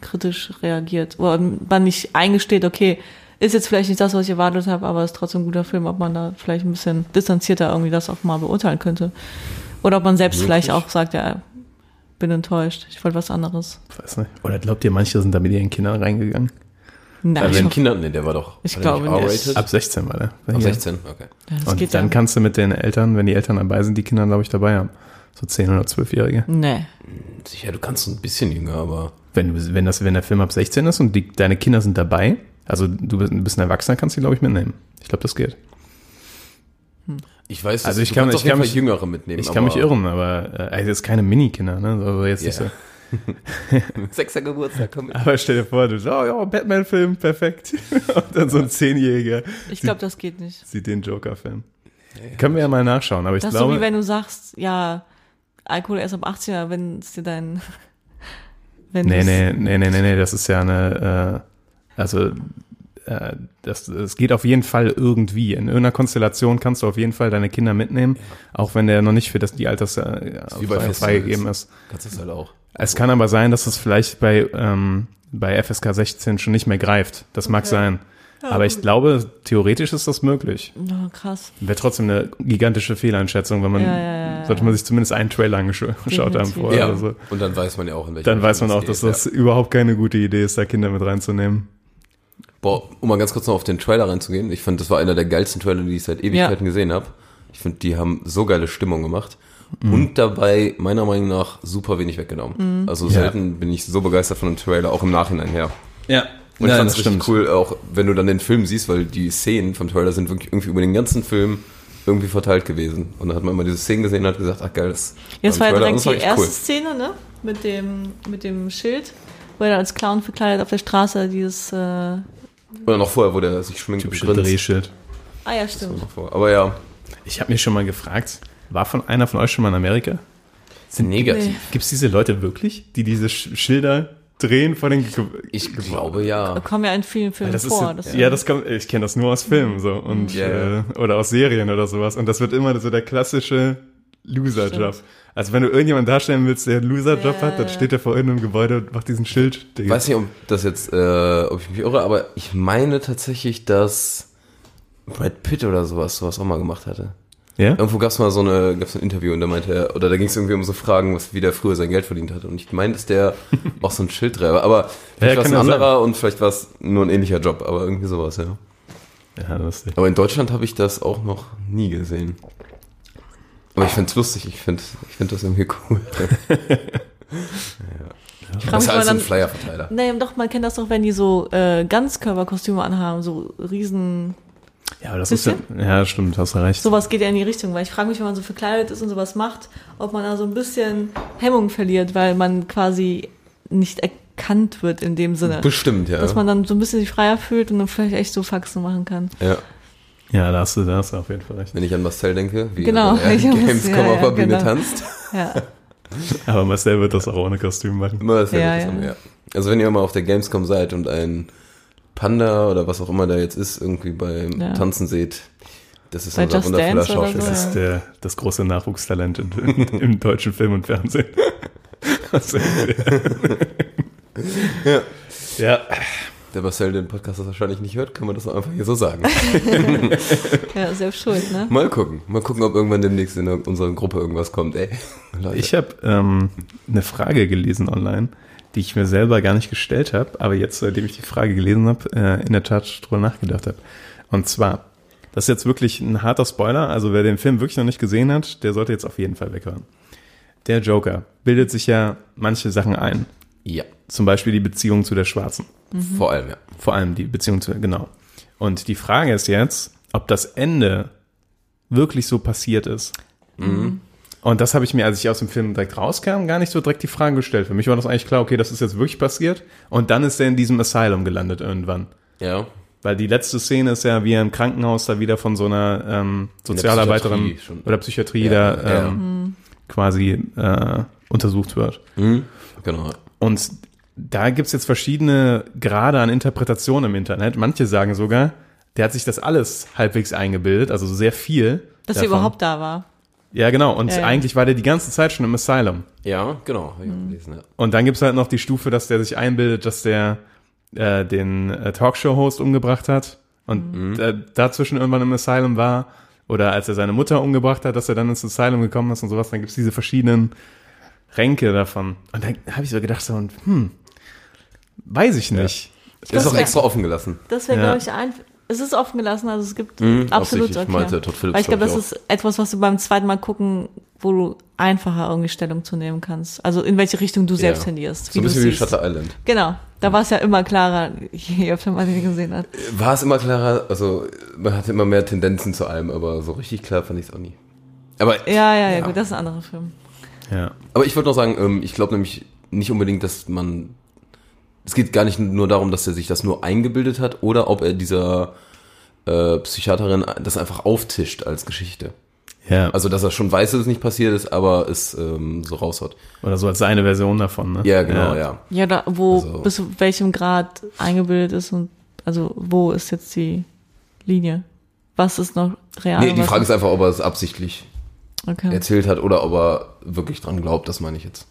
Speaker 7: kritisch reagiert oder man nicht eingesteht, okay, ist jetzt vielleicht nicht das, was ich erwartet habe, aber ist trotzdem ein guter Film, ob man da vielleicht ein bisschen distanzierter irgendwie das auch mal beurteilen könnte. Oder ob man selbst vielleicht
Speaker 6: Möglich.
Speaker 7: auch sagt, ja, bin enttäuscht, ich wollte was anderes.
Speaker 1: Weiß nicht. Oder glaubt ihr, manche sind da mit ihren Kindern reingegangen?
Speaker 7: Nein,
Speaker 6: Also
Speaker 7: ich
Speaker 6: den
Speaker 7: hoffe-
Speaker 6: Kindern, ne, der war doch
Speaker 7: Ich
Speaker 6: war der
Speaker 7: glaube
Speaker 6: nicht.
Speaker 7: nicht.
Speaker 6: R-rated?
Speaker 1: Ab 16 war der.
Speaker 6: Ab 16, okay.
Speaker 7: ja, das
Speaker 1: Und
Speaker 7: geht ja.
Speaker 1: dann kannst du mit den Eltern, wenn die Eltern dabei sind, die Kinder, glaube ich, dabei haben. So 10- oder 12-Jährige.
Speaker 7: Nee.
Speaker 6: Sicher, du kannst so ein bisschen jünger, aber.
Speaker 1: Wenn, du- wenn, das, wenn der Film ab 16 ist und die, deine Kinder sind dabei, also du bist, du bist ein Erwachsener, kannst du die, glaube ich, mitnehmen. Ich glaube, das geht.
Speaker 6: Ich weiß,
Speaker 1: Also
Speaker 6: dass-
Speaker 1: ich
Speaker 6: du
Speaker 1: kann-
Speaker 6: kannst
Speaker 1: ich
Speaker 6: auf jeden
Speaker 1: kann
Speaker 6: Fall
Speaker 1: mich-
Speaker 6: Jüngere mitnehmen.
Speaker 1: Ich kann mich irren, aber äh, also jetzt keine Minikinder, ne? Also jetzt nicht
Speaker 6: Genau. Ja.
Speaker 1: so.
Speaker 6: Sechster Geburtstag, komm mit.
Speaker 1: Aber stell dir vor, du sagst, oh ja, Batman-Film, perfekt. Und dann so ein Zehnjähriger
Speaker 7: Ich glaube, das geht nicht.
Speaker 1: sieht den Joker-Film. Können wir ja mal nachschauen, aber ich
Speaker 7: Das ist so
Speaker 1: glaube,
Speaker 7: wie wenn du sagst, ja, Alkohol erst ab 18, aber wenn es dir dein. Wenn
Speaker 1: Nee,
Speaker 7: du's-
Speaker 1: nee, nee, nee, nee, nee, das ist ja eine, äh, also äh, das, das geht auf jeden Fall irgendwie. In irgendeiner Konstellation kannst du auf jeden Fall deine Kinder mitnehmen, auch wenn der noch nicht für das, die Alters äh,
Speaker 6: wie bei
Speaker 1: frei-
Speaker 6: Festivals.
Speaker 1: freigegeben ist.
Speaker 6: Kannst du es halt auch.
Speaker 1: Es kann aber sein, dass es vielleicht bei, ähm, bei FSK 16 schon nicht mehr greift. Das mag sein. Aber ich glaube, theoretisch ist das möglich.
Speaker 7: Oh, krass.
Speaker 1: Wäre trotzdem eine gigantische Fehleinschätzung, wenn man,
Speaker 7: Ja, ja, ja,
Speaker 1: sollte man sich zumindest einen Trailer angeschaut haben
Speaker 7: Definitiv.
Speaker 1: vorher.
Speaker 6: ja.
Speaker 1: oder so.
Speaker 6: Und dann weiß man ja auch, in welcher
Speaker 1: Also Dann weiß man
Speaker 6: Richtung
Speaker 1: auch,
Speaker 6: es
Speaker 1: dass
Speaker 6: geht,
Speaker 1: das überhaupt keine gute Idee ist, da Kinder mit reinzunehmen.
Speaker 6: Boah, um mal ganz kurz noch auf den Trailer reinzugehen. Ich fand, das war einer der geilsten Trailer, die ich seit Ewigkeiten gesehen habe. Ich finde, die haben so geile Stimmung gemacht. Und dabei, meiner Meinung nach, super wenig weggenommen.
Speaker 7: Mhm.
Speaker 6: Also selten bin ich so begeistert von einem Trailer, auch im Nachhinein her.
Speaker 1: Ja,
Speaker 6: Und ich fand es richtig cool, auch wenn du dann den Film siehst, weil die Szenen vom Trailer sind wirklich irgendwie über den ganzen Film irgendwie verteilt gewesen. Und dann hat man immer diese Szenen gesehen und hat gesagt, ach geil, das
Speaker 7: Jetzt war
Speaker 6: ein
Speaker 7: ja
Speaker 6: Trailer und
Speaker 7: direkt
Speaker 6: das
Speaker 7: die
Speaker 6: echt
Speaker 7: erste Szene, ne? Mit dem, mit dem Schild, wo er da als Clown verkleidet auf der Straße dieses, äh, ah
Speaker 6: Cool. Oder noch vorher, wo der sich schminkt
Speaker 1: Typische
Speaker 6: und grinst.
Speaker 1: Drehschild.
Speaker 7: ja, stimmt.
Speaker 6: Noch vorher. Aber ja,
Speaker 1: Ich habe mich schon mal gefragt, war von einer von euch schon mal in Amerika?
Speaker 6: sind negativ.
Speaker 1: Gibt es diese Leute wirklich, die diese Sch- Schilder drehen vor den Ge-
Speaker 6: Ich
Speaker 1: Ge-
Speaker 6: glaube ja.
Speaker 7: Kommen ja in vielen Filmen
Speaker 1: Das ist,
Speaker 7: vor.
Speaker 1: ja- ja, das kommt, ich kenne das nur aus Filmen so und
Speaker 6: Ja, ja.
Speaker 1: äh, oder aus Serien oder sowas. Und das wird immer so der klassische Loser-Job. Also wenn du irgendjemanden darstellen willst, der einen Loser-Job hat, dann steht er vor irgendeinem Gebäude und macht diesen Schild.
Speaker 6: Ich weiß nicht, ob das jetzt, äh, ob ich mich irre, aber ich meine tatsächlich, dass Brad Pitt oder sowas sowas auch mal gemacht hatte.
Speaker 1: Ja?
Speaker 6: Irgendwo gab es mal so eine, gab's ein Interview und da meinte er, oder da ging es irgendwie um so Fragen, was, wie der früher sein Geld verdient hat. Und ich meine, dass der auch so ein Schildtreiber, aber vielleicht
Speaker 1: ja,
Speaker 6: war es
Speaker 1: kann
Speaker 6: ein
Speaker 1: ja sein.
Speaker 6: anderer und vielleicht war es nur ein ähnlicher Job, aber irgendwie sowas, ja.
Speaker 1: Ja, lustig.
Speaker 6: Aber in Deutschland habe ich das auch noch nie gesehen. Aber ich find's lustig, ich find, ich find das irgendwie cool.
Speaker 7: ich frage
Speaker 6: Das
Speaker 7: mich
Speaker 6: ist alles
Speaker 7: mal
Speaker 6: so ein
Speaker 7: dann,
Speaker 6: Flyer-Verteiler.
Speaker 7: nee, doch, man kennt das doch, wenn die so, äh, Ganzkörperkostüme anhaben, so riesen,
Speaker 1: Ja, aber das
Speaker 7: Siehst
Speaker 1: ist ja, ja, stimmt, hast du recht.
Speaker 7: sowas geht ja in die Richtung, weil ich frage mich, wenn man so verkleidet ist und sowas macht, ob man da so ein bisschen Hemmung verliert, weil man quasi nicht erkannt wird in dem Sinne.
Speaker 6: Bestimmt, ja.
Speaker 7: dass man dann so ein bisschen sich freier fühlt und dann vielleicht echt so Faxen machen kann.
Speaker 6: ja.
Speaker 1: Ja, da hast du, da hast du auf jeden Fall recht.
Speaker 6: Wenn ich an Marcel denke, wie
Speaker 7: Genau,
Speaker 6: er bei
Speaker 7: ich
Speaker 6: der
Speaker 7: muss-
Speaker 6: Gamescom
Speaker 7: ja,
Speaker 6: auf der
Speaker 7: ja,
Speaker 6: Bühne
Speaker 7: genau.
Speaker 6: tanzt.
Speaker 7: Ja.
Speaker 1: Aber Marcel wird das auch ohne Kostüm machen.
Speaker 6: Immer dasselbe
Speaker 7: Ja,
Speaker 6: zusammen,
Speaker 7: ja.
Speaker 6: ja. Also wenn ihr mal auf der Gamescom seid und einen Panda oder was auch immer der jetzt ist, irgendwie beim
Speaker 7: Ja.
Speaker 6: Tanzen seht, das ist
Speaker 7: Bei
Speaker 6: unser
Speaker 7: Just
Speaker 6: wundervoller
Speaker 7: Dance oder
Speaker 6: Schauspieler.
Speaker 7: so,
Speaker 1: Das
Speaker 7: ja.
Speaker 1: ist der, das große Nachwuchstalent in, in, im deutschen Film und Fernsehen. Also, ja. ja,
Speaker 6: Der Marcel den Podcast das wahrscheinlich nicht hört, kann man das auch einfach hier so sagen.
Speaker 7: ja, selbst schuld, ne?
Speaker 6: mal gucken. Mal gucken, ob irgendwann demnächst in unserer Gruppe irgendwas kommt, ey. Leute.
Speaker 1: Ich habe ähm, eine Frage gelesen online, die ich mir selber gar nicht gestellt habe, aber jetzt, seitdem ich die Frage gelesen habe, äh, in der Tat drüber nachgedacht habe. Und zwar, das ist jetzt wirklich ein harter Spoiler, also wer den Film wirklich noch nicht gesehen hat, der sollte jetzt auf jeden Fall weghören. Der Joker bildet sich ja manche Sachen ein,
Speaker 6: ja,
Speaker 1: zum Beispiel die Beziehung zu der Schwarzen.
Speaker 7: Mhm.
Speaker 6: vor allem, ja.
Speaker 1: Vor allem die Beziehung zu, genau. Und die Frage ist jetzt, ob das Ende wirklich so passiert ist.
Speaker 6: Mhm.
Speaker 1: Und das habe ich mir, als ich aus dem Film direkt rauskam, gar nicht so direkt die Frage gestellt. Für mich war das eigentlich klar, okay, das ist jetzt wirklich passiert. Und dann ist er in diesem Asylum gelandet irgendwann.
Speaker 6: Ja.
Speaker 1: Weil die letzte Szene ist ja, wie er im Krankenhaus da wieder von so einer ähm, Sozialarbeiterin
Speaker 6: Psychiatrie schon.
Speaker 1: oder Psychiatrie
Speaker 6: Ja,
Speaker 1: da
Speaker 6: ja.
Speaker 1: ähm, quasi äh, untersucht wird.
Speaker 6: Genau.
Speaker 1: Und da gibt's jetzt verschiedene Grade an Interpretationen im Internet. Manche sagen sogar, der hat sich das alles halbwegs eingebildet, also sehr viel.
Speaker 7: Dass sie
Speaker 1: davon.
Speaker 7: überhaupt da war.
Speaker 1: Ja, genau. Und
Speaker 7: Ja, ja.
Speaker 1: eigentlich war der die ganze Zeit schon im Asylum.
Speaker 6: Ja, genau. Hab ich
Speaker 7: Mhm.
Speaker 6: auch gelesen, ja.
Speaker 1: Und dann gibt's halt noch die Stufe, dass der sich einbildet, dass der äh, den äh, Talkshow-Host umgebracht hat und
Speaker 6: Mhm.
Speaker 1: äh, dazwischen irgendwann im Asylum war. Oder als er seine Mutter umgebracht hat, dass er dann ins Asylum gekommen ist und sowas. Dann gibt's diese verschiedenen Ränke davon. Und dann habe ich so gedacht, so, und, hm, weiß ich nicht.
Speaker 6: Ist auch
Speaker 7: wär-
Speaker 6: extra offen gelassen.
Speaker 7: Das wäre,
Speaker 1: Ja.
Speaker 7: glaube ich, ein. Es ist offen gelassen, also es gibt absolut
Speaker 6: Mhm, absichtlich meinte
Speaker 7: okay.
Speaker 6: Todd Phillips,
Speaker 7: Weil ich glaube,
Speaker 6: glaub ich
Speaker 7: das ist etwas, was du beim zweiten Mal gucken, wo du einfacher irgendwie Stellung zu nehmen kannst. Also in welche Richtung du selbst
Speaker 6: Ja.
Speaker 7: tendierst.
Speaker 6: So ein
Speaker 7: du
Speaker 6: bisschen wie
Speaker 7: siehst.
Speaker 6: Shutter Island.
Speaker 7: Genau. Da war es ja immer klarer, je öfter man den gesehen hat.
Speaker 6: War es immer klarer, also man hatte immer mehr Tendenzen zu allem, aber so richtig klar fand ich es auch nie. Aber, äh,
Speaker 7: Ja, ja, ja, gut, das ist ein anderer Film.
Speaker 1: Ja.
Speaker 6: aber ich würde noch sagen, ähm, ich glaube nämlich nicht unbedingt, dass man. Es geht gar nicht nur darum, dass er sich das nur eingebildet hat oder ob er dieser äh, Psychiaterin das einfach auftischt als Geschichte.
Speaker 1: Ja, also,
Speaker 6: Also dass er schon weiß, dass es nicht passiert ist, aber es ähm, so raushaut.
Speaker 1: oder so als eine Version davon, ne?
Speaker 6: Ja, genau, ja.
Speaker 7: Ja, da, wo
Speaker 6: Also-
Speaker 7: bis zu welchem Grad eingebildet ist und Also wo ist jetzt die Linie? Was ist noch real?
Speaker 6: Nee, die
Speaker 7: was
Speaker 6: Frage
Speaker 7: ist,
Speaker 6: ist einfach, ob er es absichtlich
Speaker 7: okay.
Speaker 6: erzählt hat oder ob er wirklich dran glaubt, das meine ich jetzt.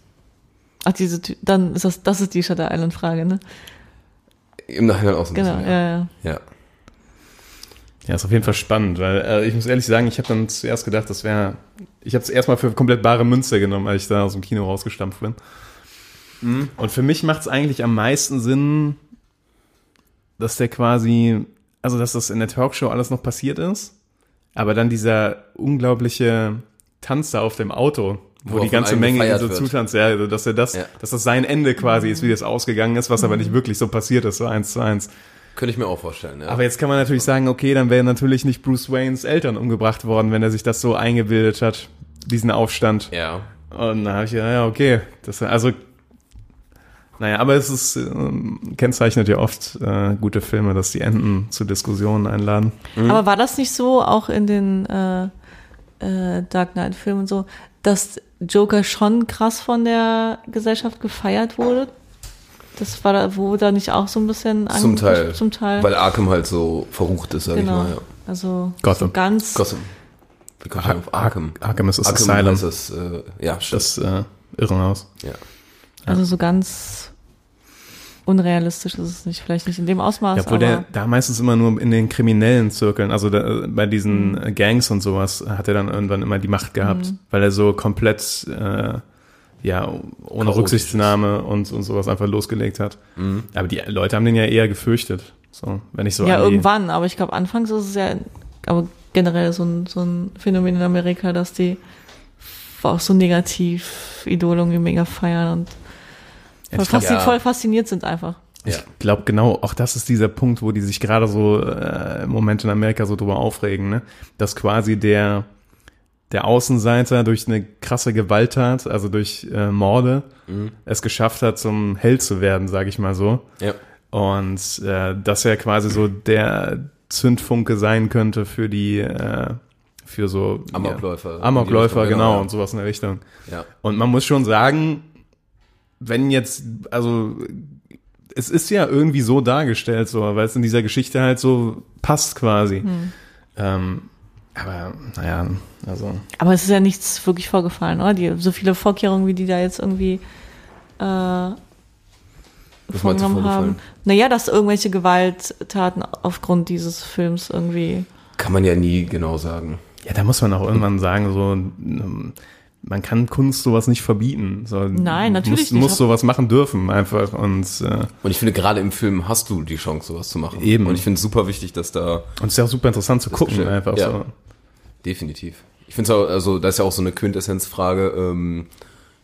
Speaker 7: Ach, diese, Tü- dann ist das, das ist die Shutter Island Frage, ne?
Speaker 6: Im Nachhinein auch so ein
Speaker 7: Genau,
Speaker 6: bisschen.
Speaker 7: ja, ja.
Speaker 6: ja.
Speaker 1: Ja, ist auf jeden Fall spannend, weil äh, ich muss ehrlich sagen, ich habe dann zuerst gedacht, das wäre. Ich habe es erstmal für komplett bare Münze genommen, als ich da aus dem Kino rausgestampft bin.
Speaker 6: Mhm.
Speaker 1: Und für mich macht es eigentlich am meisten Sinn, dass der quasi, also dass das in der Talkshow alles noch passiert ist, aber dann dieser unglaubliche Tanz da auf dem Auto, wo
Speaker 6: Worauf
Speaker 1: die ganze
Speaker 6: einem
Speaker 1: Menge
Speaker 6: gefeiert
Speaker 1: so
Speaker 6: wird.
Speaker 1: zutanzt, ja, also dass er das,
Speaker 6: Ja.
Speaker 1: dass das sein Ende quasi ist, wie das ausgegangen ist, was aber nicht wirklich so passiert ist, so eins zu eins.
Speaker 6: Könnte ich mir auch vorstellen, ja.
Speaker 1: Aber jetzt kann man natürlich sagen, okay, dann wären natürlich nicht Bruce Waynes Eltern umgebracht worden, wenn er sich das so eingebildet hat, diesen Aufstand.
Speaker 6: ja.
Speaker 1: Und da habe ich gedacht, ja, okay, das also naja, aber es ist ähm, kennzeichnet ja oft äh, gute Filme, dass die Enden zu Diskussionen einladen.
Speaker 6: Mhm.
Speaker 7: Aber war das nicht so auch in den äh, äh, Dark Knight-Filmen und so, dass Joker schon krass von der Gesellschaft gefeiert wurde? Das war da, wo da nicht auch so ein bisschen
Speaker 6: Zum
Speaker 7: ange-
Speaker 6: Teil.
Speaker 7: Zum Teil.
Speaker 6: Weil Arkham halt so verrucht ist, sag
Speaker 7: genau.
Speaker 6: ich mal. Ja.
Speaker 7: Also
Speaker 1: Gotham.
Speaker 7: so ganz
Speaker 6: Gotham. Wie kommt man auf Arkham?
Speaker 1: Arkham ist
Speaker 6: Arkham
Speaker 1: Asylum.
Speaker 6: heißt das, äh, ja, stimmt.
Speaker 1: Das äh, Irrenhaus.
Speaker 6: Ja.
Speaker 7: also so ganz unrealistisch ist es nicht, vielleicht nicht in dem Ausmaß,
Speaker 1: Ja, obwohl
Speaker 7: aber
Speaker 1: der da meistens immer nur in den kriminellen Zirkeln, also da, bei diesen
Speaker 7: Hm.
Speaker 1: äh, Gangs und sowas, hat er dann irgendwann immer die Macht gehabt, weil er so komplett äh, ja ohne
Speaker 6: Chaotisch
Speaker 1: Rücksichtnahme und, und sowas einfach losgelegt hat. Aber die Leute haben den ja eher gefürchtet. So, wenn ich so
Speaker 7: ja
Speaker 1: an die-
Speaker 7: irgendwann, aber ich glaube anfangs ist es ja aber generell so ein, so ein Phänomen in Amerika, dass die auch so negativ Idole irgendwie mega feiern und
Speaker 1: Ja,
Speaker 7: voll,
Speaker 1: ich glaub-
Speaker 7: faszi
Speaker 6: ja.
Speaker 7: voll fasziniert sind einfach.
Speaker 1: Ich
Speaker 6: Ja.
Speaker 1: glaube genau, auch das ist dieser Punkt, wo die sich gerade so äh, im Moment in Amerika so drüber aufregen, ne? dass quasi der, der Außenseiter durch eine krasse Gewalttat, also durch äh, Morde, es geschafft hat, zum Held zu werden, sage ich mal so.
Speaker 6: ja.
Speaker 1: Und äh, dass er quasi so der Zündfunke sein könnte für die, äh, für so
Speaker 6: Amokläufer.
Speaker 1: Ja, Amokläufer,
Speaker 6: In die Richtung,
Speaker 1: genau,
Speaker 6: ja.
Speaker 1: und sowas in der Richtung.
Speaker 6: Ja.
Speaker 1: Und man muss schon sagen, wenn jetzt, also es ist ja irgendwie so dargestellt, so, weil es in dieser Geschichte halt so passt quasi.
Speaker 7: Hm.
Speaker 1: Ähm, aber naja, also
Speaker 7: Aber es ist ja nichts wirklich vorgefallen, oder? Die, so viele Vorkehrungen, wie die da jetzt irgendwie äh,
Speaker 6: Was meinst du
Speaker 7: vorgenommen haben.
Speaker 6: vorgefallen?
Speaker 7: Naja, dass irgendwelche Gewalttaten aufgrund dieses Films irgendwie.
Speaker 6: Kann man ja nie genau sagen.
Speaker 1: ja, da muss man auch irgendwann sagen, so ähm, man kann Kunst sowas nicht verbieten. So,
Speaker 7: Nein,
Speaker 1: muss,
Speaker 7: natürlich nicht.
Speaker 1: Muss sowas machen dürfen einfach und äh,
Speaker 6: Und ich finde, gerade im Film hast du die Chance, sowas zu machen.
Speaker 1: Eben.
Speaker 6: Und ich finde es super wichtig, dass da
Speaker 1: und es ist ja auch super interessant zu gucken
Speaker 6: Geschehen.
Speaker 1: einfach
Speaker 6: Ja.
Speaker 1: so.
Speaker 6: definitiv. Ich finde es auch, also da ist ja auch so eine Quintessenzfrage, ähm,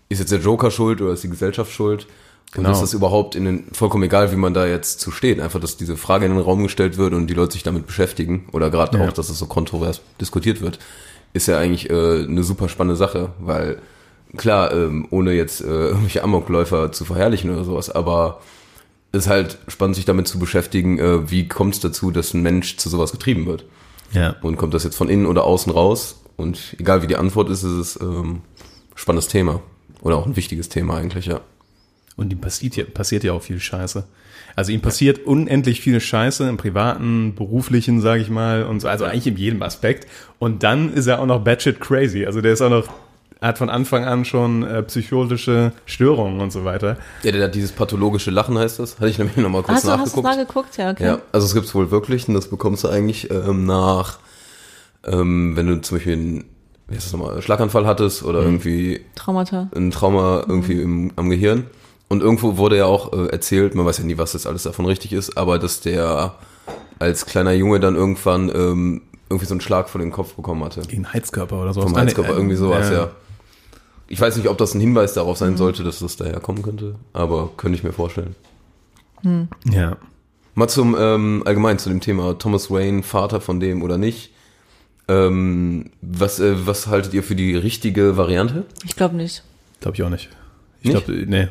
Speaker 6: ist jetzt der Joker schuld oder ist die Gesellschaft schuld? Und
Speaker 1: Genau.
Speaker 6: ist das überhaupt in den, vollkommen egal, wie man da jetzt zu steht. Einfach, dass diese Frage in den Raum gestellt wird und die Leute sich damit beschäftigen. Oder gerade
Speaker 1: Ja.
Speaker 6: auch, dass es so kontrovers diskutiert wird. Ist ja eigentlich äh, eine super spannende Sache, weil klar, ähm, ohne jetzt äh, irgendwelche Amokläufer zu verherrlichen oder sowas, aber es ist halt spannend, sich damit zu beschäftigen, äh, wie kommt es dazu, dass ein Mensch zu sowas getrieben wird.
Speaker 1: Ja.
Speaker 6: Und kommt das jetzt von innen oder außen raus? Und egal wie die Antwort ist, ist es ähm, spannendes Thema. Oder auch ein wichtiges Thema eigentlich, ja.
Speaker 1: Und ihm passiert ja, passiert ja auch viel Scheiße. Also ihm passiert unendlich viel Scheiße im privaten, beruflichen, sage ich mal, und so, also eigentlich in jedem Aspekt. Und dann ist er auch noch batshit crazy. Also der ist auch noch, hat von Anfang an schon äh, psychotische Störungen und so weiter.
Speaker 6: Ja, der, dieses pathologische Lachen heißt das. Hatte ich nämlich nochmal kurz
Speaker 7: Hast du, hast du
Speaker 6: nachgeguckt.
Speaker 7: nachgeguckt? Ja, okay.
Speaker 6: ja, also es gibt's wohl wirklich und das bekommst du eigentlich ähm, nach, ähm, wenn du zum Beispiel einen, wie heißt das nochmal, einen Schlaganfall hattest
Speaker 7: Mhm.
Speaker 6: oder irgendwie
Speaker 7: Traumata.
Speaker 6: ein Trauma irgendwie im, am Gehirn. Und irgendwo wurde ja auch äh, erzählt, man weiß ja nie, was jetzt alles davon richtig ist, aber dass der als kleiner Junge dann irgendwann ähm, irgendwie so einen Schlag vor den Kopf bekommen hatte.
Speaker 1: Gegen Heizkörper oder so.
Speaker 6: Vom Heizkörper, irgendwie sowas,
Speaker 1: äh,
Speaker 6: ja. Ich weiß nicht, ob das ein Hinweis darauf sein sollte, dass das daher kommen könnte, aber könnte ich mir vorstellen.
Speaker 1: Ja.
Speaker 6: Mal zum ähm, allgemein zu dem Thema Thomas Wayne, Vater von dem oder nicht. Ähm, was, äh, was haltet ihr für die richtige Variante?
Speaker 7: Ich glaube nicht.
Speaker 1: Glaube ich auch nicht. Ich
Speaker 6: Nicht?
Speaker 1: glaube, nee.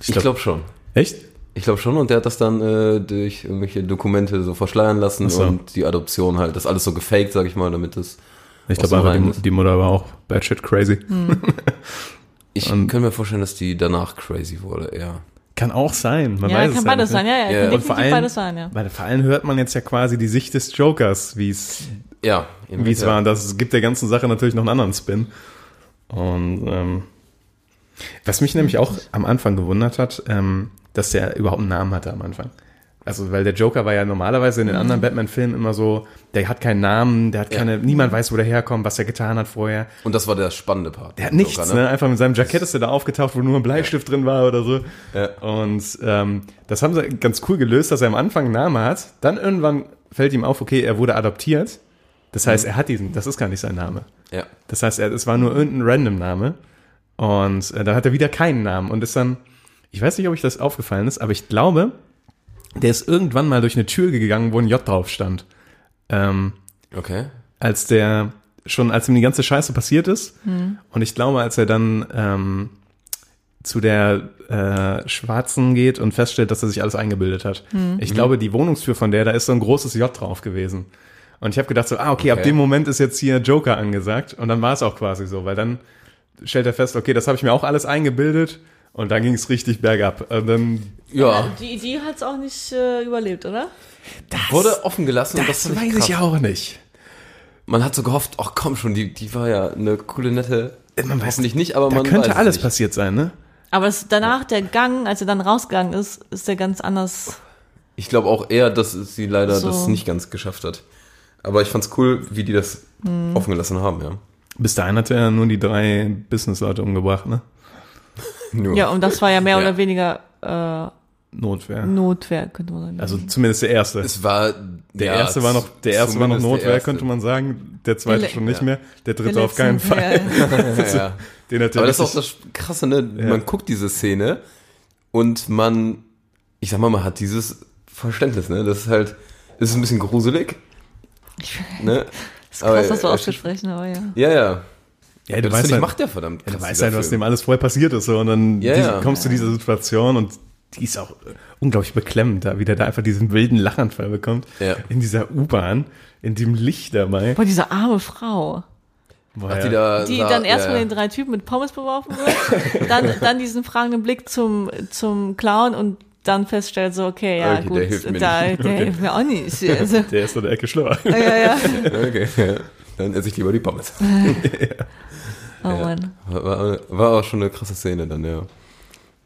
Speaker 6: Ich glaube schon.
Speaker 1: Echt?
Speaker 6: Ich glaube schon, und der hat das dann äh, durch irgendwelche Dokumente so verschleiern lassen
Speaker 1: Ach so.
Speaker 6: und die Adoption halt, das alles so gefaked, sag ich mal, damit das.
Speaker 1: Ich
Speaker 6: Aus dem
Speaker 1: glaube einfach,
Speaker 6: Reinen
Speaker 1: die,
Speaker 6: ist.
Speaker 1: die Mutter war auch batshit crazy.
Speaker 6: Ich
Speaker 1: Und-
Speaker 6: kann mir vorstellen, dass die danach crazy wurde, ja.
Speaker 1: Kann auch sein. Man
Speaker 7: Ja,
Speaker 1: weiß
Speaker 7: kann
Speaker 1: es halt
Speaker 7: beides
Speaker 1: nicht.
Speaker 7: sein, ja,
Speaker 6: Ja,
Speaker 7: ja. Kann
Speaker 6: und
Speaker 1: Und vor
Speaker 7: definitiv
Speaker 1: allem,
Speaker 7: beides sein, ja.
Speaker 1: weil vor allem hört man jetzt ja quasi die Sicht des Jokers, wie es
Speaker 6: Ja,
Speaker 1: wie es
Speaker 6: inwiefern.
Speaker 1: war. Und das gibt der ganzen Sache natürlich noch einen anderen Spin. Und ähm, was mich nämlich auch am Anfang gewundert hat, ähm, dass der überhaupt einen Namen hatte am Anfang. Also, weil der Joker war ja normalerweise in den anderen Batman-Filmen immer so, der hat keinen Namen, der hat
Speaker 6: Ja.
Speaker 1: keine, niemand weiß, wo der herkommt, was er getan hat vorher.
Speaker 6: Und das war der spannende Part.
Speaker 1: Der hat nichts, ne? Einfach mit seinem Jackett ist er da aufgetaucht, wo nur ein Bleistift drin war oder so. Und ähm, das haben sie ganz cool gelöst, dass er am Anfang einen Namen hat. Dann irgendwann fällt ihm auf, okay, er wurde adoptiert. Das heißt, er hat diesen, das ist gar nicht sein Name.
Speaker 6: Ja.
Speaker 1: Das heißt, er, es war nur irgendein random Name. Und äh, dann hat er wieder keinen Namen und ist dann, ich weiß nicht, ob euch das aufgefallen ist, aber ich glaube, der ist irgendwann mal durch eine Tür gegangen, wo ein J drauf stand. Ähm,
Speaker 6: Okay.
Speaker 1: als der schon, als ihm die ganze Scheiße passiert ist. Und ich glaube, als er dann ähm, zu der äh, Schwarzen geht und feststellt, dass er sich alles eingebildet hat. Ich glaube, die Wohnungstür von der, da ist so ein großes J drauf gewesen. Und ich habe gedacht so, ah, okay, ab
Speaker 6: Okay.
Speaker 1: dem Moment ist jetzt hier Joker angesagt. Und dann war es auch quasi so, weil dann stellt er fest, okay, das habe ich mir auch alles eingebildet. Und dann ging es richtig bergab. Und dann
Speaker 6: Ja.
Speaker 7: Die, die hat's auch nicht äh, überlebt, oder?
Speaker 6: Wurde offen gelassen. und
Speaker 1: das
Speaker 6: finde
Speaker 1: weiß ich
Speaker 6: krass.
Speaker 1: auch nicht.
Speaker 6: Man hat so gehofft, ach komm schon, die, die war ja eine coole, nette.
Speaker 1: Man weiß
Speaker 6: hoffentlich nicht, aber
Speaker 1: da
Speaker 6: man
Speaker 1: könnte
Speaker 6: weiß es
Speaker 1: alles
Speaker 6: nicht.
Speaker 1: passiert sein, ne?
Speaker 7: Aber es, danach, der Gang, als er dann rausgegangen ist, ist der ganz anders.
Speaker 6: Ich glaube auch eher, dass es sie leider
Speaker 7: So.
Speaker 6: das nicht ganz geschafft hat. Aber ich fand's cool, wie die das
Speaker 1: Hm.
Speaker 6: offen gelassen haben, ja.
Speaker 1: Bis dahin hat er nur die drei Businessleute umgebracht, ne?
Speaker 6: Nur.
Speaker 7: Ja, und das war ja mehr
Speaker 6: Ja.
Speaker 7: oder weniger
Speaker 1: Notwehr.
Speaker 7: äh, Notwehr, könnte man sagen.
Speaker 1: Also zumindest der erste.
Speaker 6: Es war
Speaker 1: der erste war noch, der erste war noch Notwehr, könnte man sagen. Der zweite
Speaker 7: Der le-
Speaker 1: schon nicht
Speaker 6: ja.
Speaker 1: mehr. Der dritte
Speaker 7: Der
Speaker 1: auf keinen
Speaker 7: letzte,
Speaker 1: Fall. Also,
Speaker 7: ja.
Speaker 6: Ja, ja.
Speaker 1: Den hat er
Speaker 6: Aber das ist auch
Speaker 1: richtig-
Speaker 6: das Krasse, ne? Man guckt diese Szene und man, ich sag mal, man hat dieses Verständnis, ne? Das ist halt, es ist ein bisschen gruselig, ne?
Speaker 7: Ist krass, das so
Speaker 6: äh,
Speaker 7: auszusprechen, aber ja.
Speaker 6: Ja, ja.
Speaker 1: ja, du weißt
Speaker 6: Das finde ich,
Speaker 1: halt,
Speaker 6: macht der verdammt krass.
Speaker 1: du weißt
Speaker 6: dieser
Speaker 1: halt, was
Speaker 6: Film.
Speaker 1: dem alles vorher passiert ist. So. Und dann
Speaker 6: Ja,
Speaker 1: diese-
Speaker 6: ja.
Speaker 1: kommst du dieser Situation und die ist auch unglaublich beklemmend, da wie der da einfach diesen wilden Lachanfall bekommt.
Speaker 6: Ja.
Speaker 1: In dieser U-Bahn, in dem Licht dabei.
Speaker 7: Boah, diese arme Frau.
Speaker 1: Boah,
Speaker 6: Ach,
Speaker 1: ja.
Speaker 6: die da
Speaker 7: Die
Speaker 6: sah-
Speaker 7: dann erstmal
Speaker 6: Also, ja, ja.
Speaker 7: den drei Typen mit Pommes beworfen wird, dann, dann diesen fragenden Blick zum, zum Clown und dann feststellt so, okay, ja,
Speaker 6: Okay,
Speaker 7: gut,
Speaker 6: der hilft mir
Speaker 7: da,
Speaker 6: nicht.
Speaker 7: der hilft mir auch nicht. Also,
Speaker 1: der ist an der Ecke schlauer.
Speaker 7: ja, ja, ja.
Speaker 6: Okay, ja. dann esse ich lieber die Pommes.
Speaker 7: Oh Mann.
Speaker 6: War, war, war auch schon eine krasse Szene dann, ja.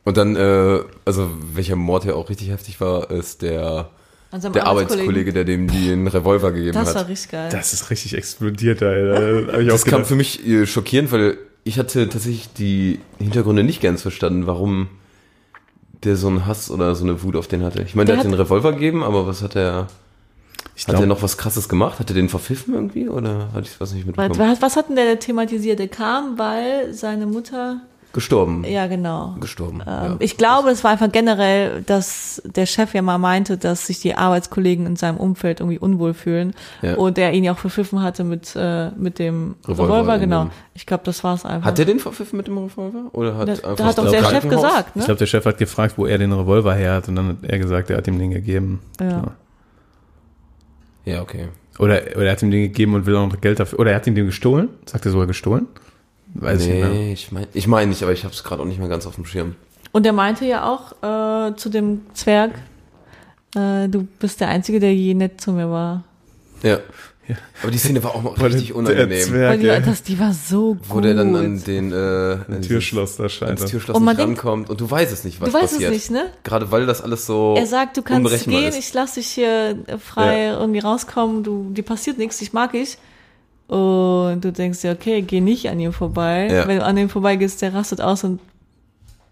Speaker 6: Und dann, äh, also welcher Mord ja auch richtig heftig war, ist der,
Speaker 7: An seinem
Speaker 6: der
Speaker 7: Also, Arbeitskollegen.
Speaker 6: Arbeitskollege, der dem den Revolver gegeben
Speaker 7: Das
Speaker 6: hat.
Speaker 7: war richtig geil.
Speaker 1: Das ist richtig explodiert, Alter. Da hab ich auch
Speaker 6: Das kam
Speaker 1: gedacht.
Speaker 6: für mich äh, schockierend, weil ich hatte tatsächlich die Hintergründe nicht ganz verstanden, warum der so einen Hass oder so eine Wut auf den hatte. Ich meine, der,
Speaker 7: Der
Speaker 6: hat den
Speaker 7: hat-
Speaker 6: Revolver gegeben, aber was hat er?
Speaker 1: Ich
Speaker 6: Hat
Speaker 1: glaub-
Speaker 6: er noch was krasses gemacht? Hat er den verpfiffen irgendwie oder hatte ich was nicht
Speaker 7: was,
Speaker 6: mitbekommen?
Speaker 7: was, was hat denn der thematisiert? Der kam, weil seine Mutter,
Speaker 6: Gestorben.
Speaker 7: ja genau.
Speaker 6: Gestorben.
Speaker 7: Ähm,
Speaker 6: ja.
Speaker 7: Ich glaube, es war einfach generell, dass der Chef ja mal meinte, dass sich die Arbeitskollegen in seinem Umfeld irgendwie unwohl fühlen
Speaker 6: Ja.
Speaker 7: und er ihn ja auch verpfiffen hatte mit, äh, mit dem
Speaker 6: Revolver
Speaker 7: Revolver,
Speaker 6: in
Speaker 7: genau.
Speaker 6: dem-
Speaker 7: Ich glaube, das war es einfach.
Speaker 6: Hat der den verpfiffen mit dem Revolver? Oder hat
Speaker 7: Da-
Speaker 6: einfach
Speaker 7: da hat doch
Speaker 6: das
Speaker 7: der Chef
Speaker 6: Krankenhaus-
Speaker 7: gesagt,
Speaker 1: Ich
Speaker 7: ne?
Speaker 1: glaube, der Chef hat gefragt, wo er den Revolver her hat und dann hat er gesagt, er hat ihm den gegeben. Klar.
Speaker 6: Ja, okay.
Speaker 1: Oder, oder er hat ihm den gegeben und will auch noch Geld dafür. Oder er hat ihm den gestohlen. Sagt er sogar gestohlen? Weiß ich nicht mehr.
Speaker 6: Nee, ich meine ich mein nicht, aber ich habe es gerade auch nicht mehr ganz auf dem Schirm.
Speaker 7: Und er meinte ja auch äh, zu dem Zwerg, äh, du bist der Einzige, der je nett zu mir war.
Speaker 6: Ja. Aber die Szene war auch mal
Speaker 1: Boah,
Speaker 6: richtig
Speaker 1: der- Der
Speaker 6: unangenehm.
Speaker 7: Weil
Speaker 1: Zwerg,
Speaker 7: die,
Speaker 1: ja.
Speaker 7: das, die war so gut.
Speaker 6: Wo der dann an den äh, an dieses-
Speaker 1: Türschloss da
Speaker 6: ans
Speaker 1: scheitert.
Speaker 6: Türschloss
Speaker 7: Und man
Speaker 6: nicht
Speaker 7: denkt-
Speaker 6: rankommt und du weißt es nicht, was
Speaker 7: du weißt
Speaker 6: passiert.
Speaker 7: es nicht, ne?
Speaker 6: Gerade weil das alles so
Speaker 7: Er sagt, du kannst
Speaker 6: unberechenbar
Speaker 7: gehen,
Speaker 6: ist.
Speaker 7: ich lass dich hier äh, frei
Speaker 6: Ja.
Speaker 7: irgendwie rauskommen, du, dir passiert nichts, ich mag ich. Und du denkst dir, okay, geh nicht an ihm vorbei.
Speaker 6: Ja.
Speaker 7: Wenn du an ihm vorbeigehst, der rastet aus und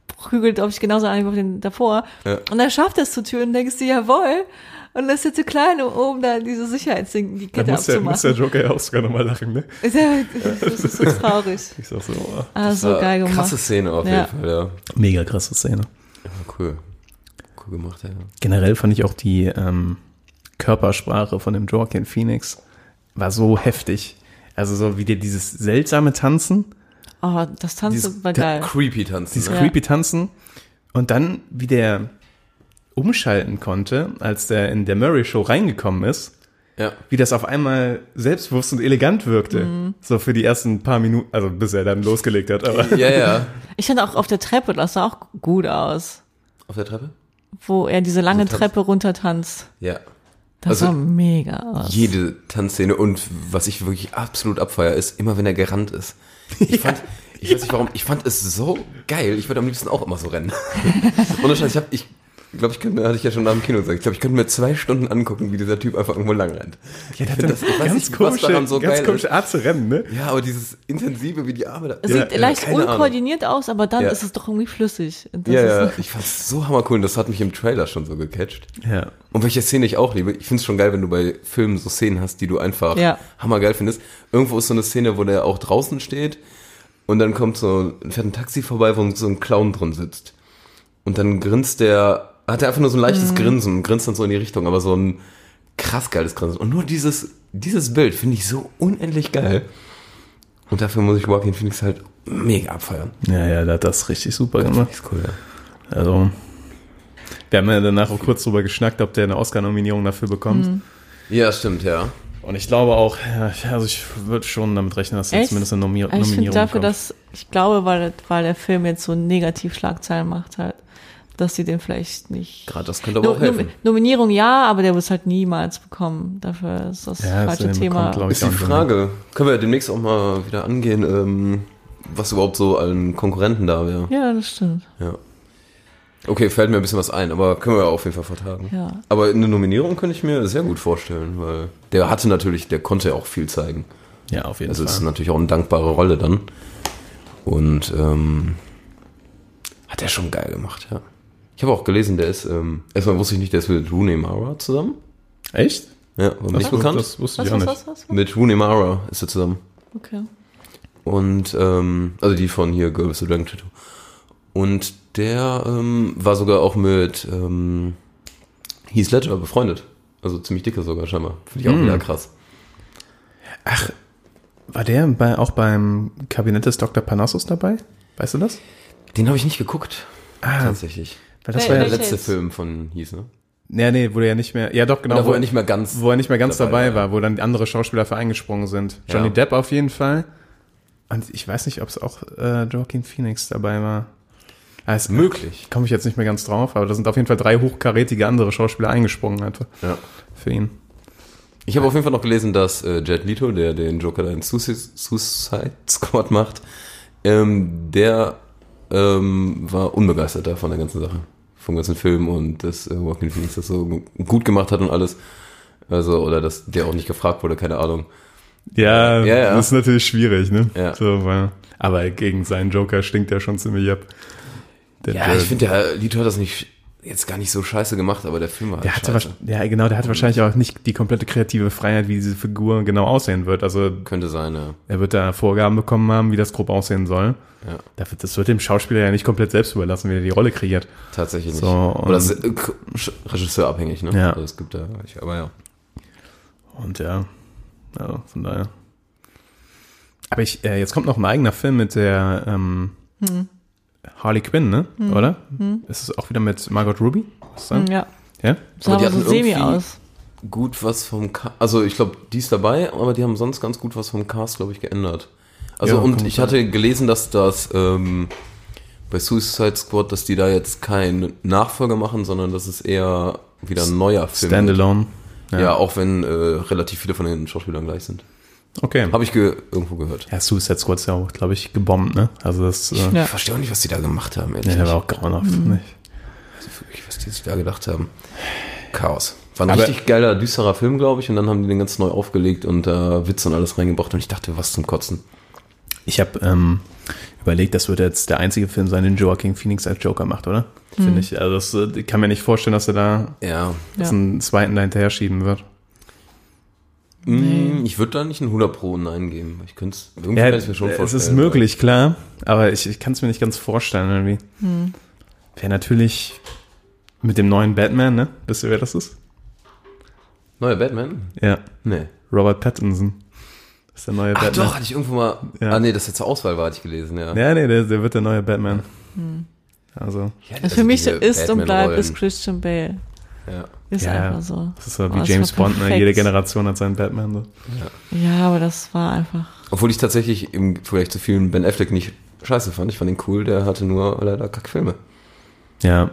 Speaker 7: prügelt auf dich genauso ein wie auf den davor.
Speaker 6: Ja.
Speaker 7: Und dann schafft er es zur Tür und denkst dir, jawohl. Und das ist ja zu klein, um oben da diese Sicherheitsding, die
Speaker 1: Da
Speaker 7: Kette
Speaker 1: muss der, muss der
Speaker 7: abzumachen.
Speaker 1: Joker ja auch sogar nochmal lachen, ne?
Speaker 7: Ist ja, das ist so traurig.
Speaker 1: Ich sag so, oh.
Speaker 7: Ah,
Speaker 6: Das
Speaker 7: so
Speaker 6: war
Speaker 7: geil gemacht.
Speaker 6: Krasse Szene auf
Speaker 7: Ja.
Speaker 6: jeden Fall, ja.
Speaker 1: Mega krasse Szene.
Speaker 6: ja. Cool. Cool gemacht, ja.
Speaker 1: Generell fand ich auch die ähm, Körpersprache von dem Joaquin Phoenix war so heftig. Also so wie der dieses seltsame Tanzen
Speaker 7: Oh, das Tanzen war geil.
Speaker 6: Creepy tanzen.
Speaker 1: dieses
Speaker 6: Ne?
Speaker 7: Ja.
Speaker 1: creepy Tanzen und dann wie der umschalten konnte, als der in der Murray Show reingekommen ist,
Speaker 6: Ja.
Speaker 1: wie das auf einmal selbstbewusst und elegant wirkte.
Speaker 6: Mhm.
Speaker 1: So für die ersten paar Minuten, also bis er dann losgelegt hat, aber
Speaker 6: Ja, ja.
Speaker 7: Ich fand auch auf der Treppe, das sah auch gut aus.
Speaker 6: Auf der Treppe?
Speaker 7: wo er diese lange
Speaker 6: Also tanzt-
Speaker 7: Treppe runter tanzt.
Speaker 6: Ja.
Speaker 7: Das
Speaker 6: Also-
Speaker 7: war mega. Was.
Speaker 6: Jede Tanzszene und was ich wirklich absolut abfeier, ist immer, wenn er gerannt ist. Ich fand, ich weiß nicht warum, ich fand es so geil. Ich würde am liebsten auch immer so rennen. Ohne Scheiß, ich habe, ich glaube, ich könnte mir, hatte ich ja schon nach dem Kino gesagt, ich glaube, ich könnte mir zwei Stunden angucken, wie dieser Typ einfach irgendwo lang rennt.
Speaker 1: Ja, der hat
Speaker 6: find
Speaker 1: das
Speaker 6: das- ich weiß
Speaker 1: ganz
Speaker 6: nicht, was
Speaker 1: komische,
Speaker 6: daran so
Speaker 1: ganz
Speaker 6: geil
Speaker 1: komische
Speaker 6: ist.
Speaker 1: Art zu rennen, ne?
Speaker 6: Ja, aber dieses intensive, wie die Arbeit.
Speaker 7: Es Sieht
Speaker 1: Ja,
Speaker 7: leicht
Speaker 6: keine Ahnung.
Speaker 7: unkoordiniert aus, aber dann
Speaker 6: Ja.
Speaker 7: ist es doch irgendwie flüssig. Und Das
Speaker 6: Ja, ja,
Speaker 7: ist,
Speaker 6: ich fand's so hammercool und das hat mich im Trailer schon so gecatcht.
Speaker 1: Ja.
Speaker 6: Und welche Szene ich auch liebe, ich find's schon geil, wenn du bei Filmen so Szenen hast, die du einfach
Speaker 7: Ja.
Speaker 6: hammergeil findest. Irgendwo ist so eine Szene, wo der auch draußen steht und dann kommt so, fährt ein Taxi vorbei, wo so ein Clown drin sitzt. Und dann grinst der, hat er einfach nur so ein leichtes Grinsen und grinst dann so in die Richtung, aber so ein krass geiles Grinsen. Und nur dieses, dieses Bild finde ich so unendlich geil. Und dafür muss ich Joaquin Phoenix halt mega abfeiern.
Speaker 1: Ja, ja, der hat das richtig super gemacht.
Speaker 6: Ist cool, ja.
Speaker 1: Also, wir haben ja danach auch kurz drüber geschnackt, ob der eine Oscar-Nominierung dafür bekommt.
Speaker 6: Mhm. Ja, stimmt, ja.
Speaker 1: Und ich glaube auch, ja, also ich würde schon damit rechnen, dass er
Speaker 7: Echt?
Speaker 1: zumindest eine Nomi
Speaker 7: also ich finde
Speaker 1: Nominierung
Speaker 7: dafür,
Speaker 1: bekommt.
Speaker 7: dass, ich glaube, weil, weil der Film jetzt so negativ Schlagzeilen macht halt, dass sie den vielleicht nicht.
Speaker 6: Gerade das könnte aber auch
Speaker 7: No- Nom-
Speaker 6: helfen.
Speaker 7: Nominierung ja, aber der wird es halt niemals bekommen. Dafür ist das
Speaker 1: Ja,
Speaker 7: falsche
Speaker 1: also den
Speaker 7: Thema.
Speaker 1: bekommt, glaub ich,
Speaker 6: Ist die
Speaker 1: auch nicht.
Speaker 6: Frage. Können wir demnächst auch mal wieder angehen, ähm, was überhaupt so an Konkurrenten da wäre.
Speaker 7: ja, das stimmt.
Speaker 6: Ja. Okay, fällt mir ein bisschen was ein, aber können wir auf jeden Fall vertagen.
Speaker 7: Ja.
Speaker 6: Aber eine Nominierung könnte ich mir sehr gut vorstellen, weil der hatte natürlich, der konnte ja auch viel zeigen.
Speaker 1: Ja, auf jeden
Speaker 6: Also es ist
Speaker 1: Fall.
Speaker 6: natürlich auch eine dankbare Rolle dann. Und ähm, hat er schon geil gemacht, ja. Ich habe auch gelesen, der ist, ähm, erstmal wusste ich nicht, der ist mit Rooney Mara zusammen.
Speaker 1: Echt?
Speaker 6: Ja, war mir
Speaker 1: Das
Speaker 6: nicht bekannt.
Speaker 1: Das wusste
Speaker 7: Was,
Speaker 1: ich auch
Speaker 7: was,
Speaker 1: nicht.
Speaker 7: was, was, was?
Speaker 6: Mit Rooney Mara ist er zusammen.
Speaker 7: Okay.
Speaker 6: Und, ähm, also die von hier, Girl with the Dragon Tattoo. Und der ähm, war sogar auch mit ähm, Heath Ledger befreundet. Also ziemlich dicke sogar scheinbar. Finde ich auch
Speaker 1: Mm.
Speaker 6: wieder krass.
Speaker 1: War der bei, auch beim Kabinett des Dr. Panassos dabei? Weißt du das?
Speaker 6: Den habe ich nicht geguckt.
Speaker 1: Ah,
Speaker 6: Tatsächlich.
Speaker 1: weil das
Speaker 7: Wel-
Speaker 1: war ja
Speaker 6: Der
Speaker 7: welcher
Speaker 6: letzte
Speaker 7: jetzt?
Speaker 6: Film von Heath, ne?
Speaker 1: Nee, nee, wo der ja nicht mehr. Ja, doch, genau.
Speaker 6: Oder wo er nicht mehr ganz
Speaker 1: wo er nicht mehr ganz dabei,
Speaker 6: dabei
Speaker 1: war, wo dann andere Schauspieler für eingesprungen sind.
Speaker 6: Ja.
Speaker 1: Johnny Depp auf jeden Fall. Und ich weiß nicht, ob es auch äh, Joaquin Phoenix dabei war. Ah, ist
Speaker 6: Möglich.
Speaker 1: Komme ich jetzt nicht mehr ganz drauf, aber da sind auf jeden Fall drei hochkarätige andere Schauspieler eingesprungen hatte
Speaker 6: Ja.
Speaker 1: für ihn.
Speaker 6: Ich habe auf jeden Fall noch gelesen, dass äh, Jet Leto, der den Joker da in Suicide, Suicide Squad macht, ähm, der ähm, war unbegeistert da von der ganzen Sache. Vom ganzen Film und dass äh, Joaquin Phoenix das so gu- gut gemacht hat und alles. Also, oder dass der auch nicht gefragt wurde, keine Ahnung.
Speaker 1: Ja,
Speaker 6: Ja, ja.
Speaker 1: das ist natürlich schwierig, ne?
Speaker 6: Ja.
Speaker 1: So, weil, aber gegen seinen Joker stinkt er schon ziemlich ab. Der,
Speaker 6: Ja,
Speaker 1: der,
Speaker 6: ich finde, der Leto hat das nicht jetzt gar nicht so scheiße gemacht, aber der Film war halt
Speaker 1: der hatte
Speaker 6: scheiße.
Speaker 1: wahrscheinlich- ja, genau, der hatte wahrscheinlich auch nicht die komplette kreative Freiheit, wie diese Figur genau aussehen wird. Also
Speaker 6: Könnte sein, ja.
Speaker 1: Er wird da Vorgaben bekommen haben, wie das grob aussehen soll.
Speaker 6: Ja.
Speaker 1: Da wird- Das wird dem Schauspieler ja nicht komplett selbst überlassen, wie er die Rolle kreiert.
Speaker 6: Tatsächlich nicht.
Speaker 1: So,
Speaker 6: aber
Speaker 1: und-
Speaker 6: das ist äh, k- sch- regisseurabhängig, ne?
Speaker 1: Ja.
Speaker 6: Also, es gibt da, ich, aber ja.
Speaker 1: Und ja, also von daher. Aber ich, äh, jetzt kommt noch ein eigener Film mit der ähm, Harley Quinn, ne? Oder? Ist es auch wieder mit Margot Ruby? Was
Speaker 7: Hm,
Speaker 1: denn?
Speaker 7: Ja.
Speaker 1: Ja?
Speaker 7: Sah
Speaker 6: Aber die
Speaker 7: aber so
Speaker 6: hatten
Speaker 7: semi
Speaker 6: irgendwie-
Speaker 7: aus.
Speaker 6: gut was vom Cast, also ich glaube, die ist dabei, aber die haben sonst ganz gut was vom Cast, glaube ich, geändert. Also
Speaker 1: Ja,
Speaker 6: und
Speaker 1: kann
Speaker 6: ich
Speaker 1: sein.
Speaker 6: hatte gelesen, dass das ähm, bei Suicide Squad, dass die da jetzt keinen Nachfolger machen, sondern dass es eher wieder ein neuer Film wird.
Speaker 1: Standalone.
Speaker 6: Ja. auch wenn äh, relativ viele von den Schauspielern gleich sind.
Speaker 1: Okay.
Speaker 6: Habe ich ge irgendwo gehört.
Speaker 1: Ja, Suicide Squad ist ja auch, glaube ich, gebombt, ne? Also das äh,
Speaker 7: Ja.
Speaker 6: Ich verstehe auch nicht, was die da gemacht haben, ehrlich.
Speaker 1: nee, der war
Speaker 6: nicht.
Speaker 1: auch grauenhaft, finde ich.
Speaker 6: Wirklich, was die sich da gedacht haben. Chaos. War ein
Speaker 1: Aber-
Speaker 6: richtig geiler, düsterer Film, glaube ich, und dann haben die den ganz neu aufgelegt und da äh, Witze und alles reingebracht und ich dachte, was zum Kotzen.
Speaker 1: Ich habe ähm, überlegt, das wird jetzt der einzige Film sein, den Joaquin Phoenix als Joker macht, oder? Finde ich. Also das, äh, ich kann mir nicht vorstellen, dass er da
Speaker 6: Ja,
Speaker 1: jetzt
Speaker 7: Ja.
Speaker 1: einen zweiten da hinterher schieben wird.
Speaker 6: Mm, Ich würde da nicht ein 100 Pro Nein geben. Ich könnte es irgendwie
Speaker 1: Ja,
Speaker 6: kann ich's mir schon
Speaker 1: es
Speaker 6: vorstellen.
Speaker 1: ist möglich, klar, aber ich, ich kann es mir nicht ganz vorstellen irgendwie. Wäre natürlich mit dem neuen Batman, ne? Wisst ihr, wer das ist?
Speaker 6: Neuer Batman?
Speaker 1: Ja,
Speaker 6: Nee.
Speaker 1: Robert Pattinson. Das ist der neue
Speaker 6: Ach
Speaker 1: Batman.
Speaker 6: doch, hatte ich irgendwo mal.
Speaker 1: Ja.
Speaker 6: Ah nee, das ist zur Auswahl war, hatte ich gelesen, ja.
Speaker 1: Ja, nee, der, der wird der neue Batman.
Speaker 7: Hm.
Speaker 1: Also,
Speaker 6: Ja,
Speaker 7: Also für mich so
Speaker 6: diese
Speaker 7: ist und bleibt
Speaker 6: Batman-Rollen.
Speaker 7: ist Christian Bale.
Speaker 6: Ja.
Speaker 7: Ist
Speaker 1: Ja,
Speaker 7: einfach so.
Speaker 1: das ist so
Speaker 7: Oh,
Speaker 1: wie
Speaker 7: das
Speaker 1: James
Speaker 7: war
Speaker 1: Bond, ne?
Speaker 7: perfekt.
Speaker 1: Jede Generation hat seinen Batman. So.
Speaker 7: Ja, aber das war einfach.
Speaker 6: Obwohl ich tatsächlich im Vergleich zu vielen Ben Affleck nicht scheiße fand. Ich fand ihn cool, der hatte nur leider Kackfilme.
Speaker 1: Ja,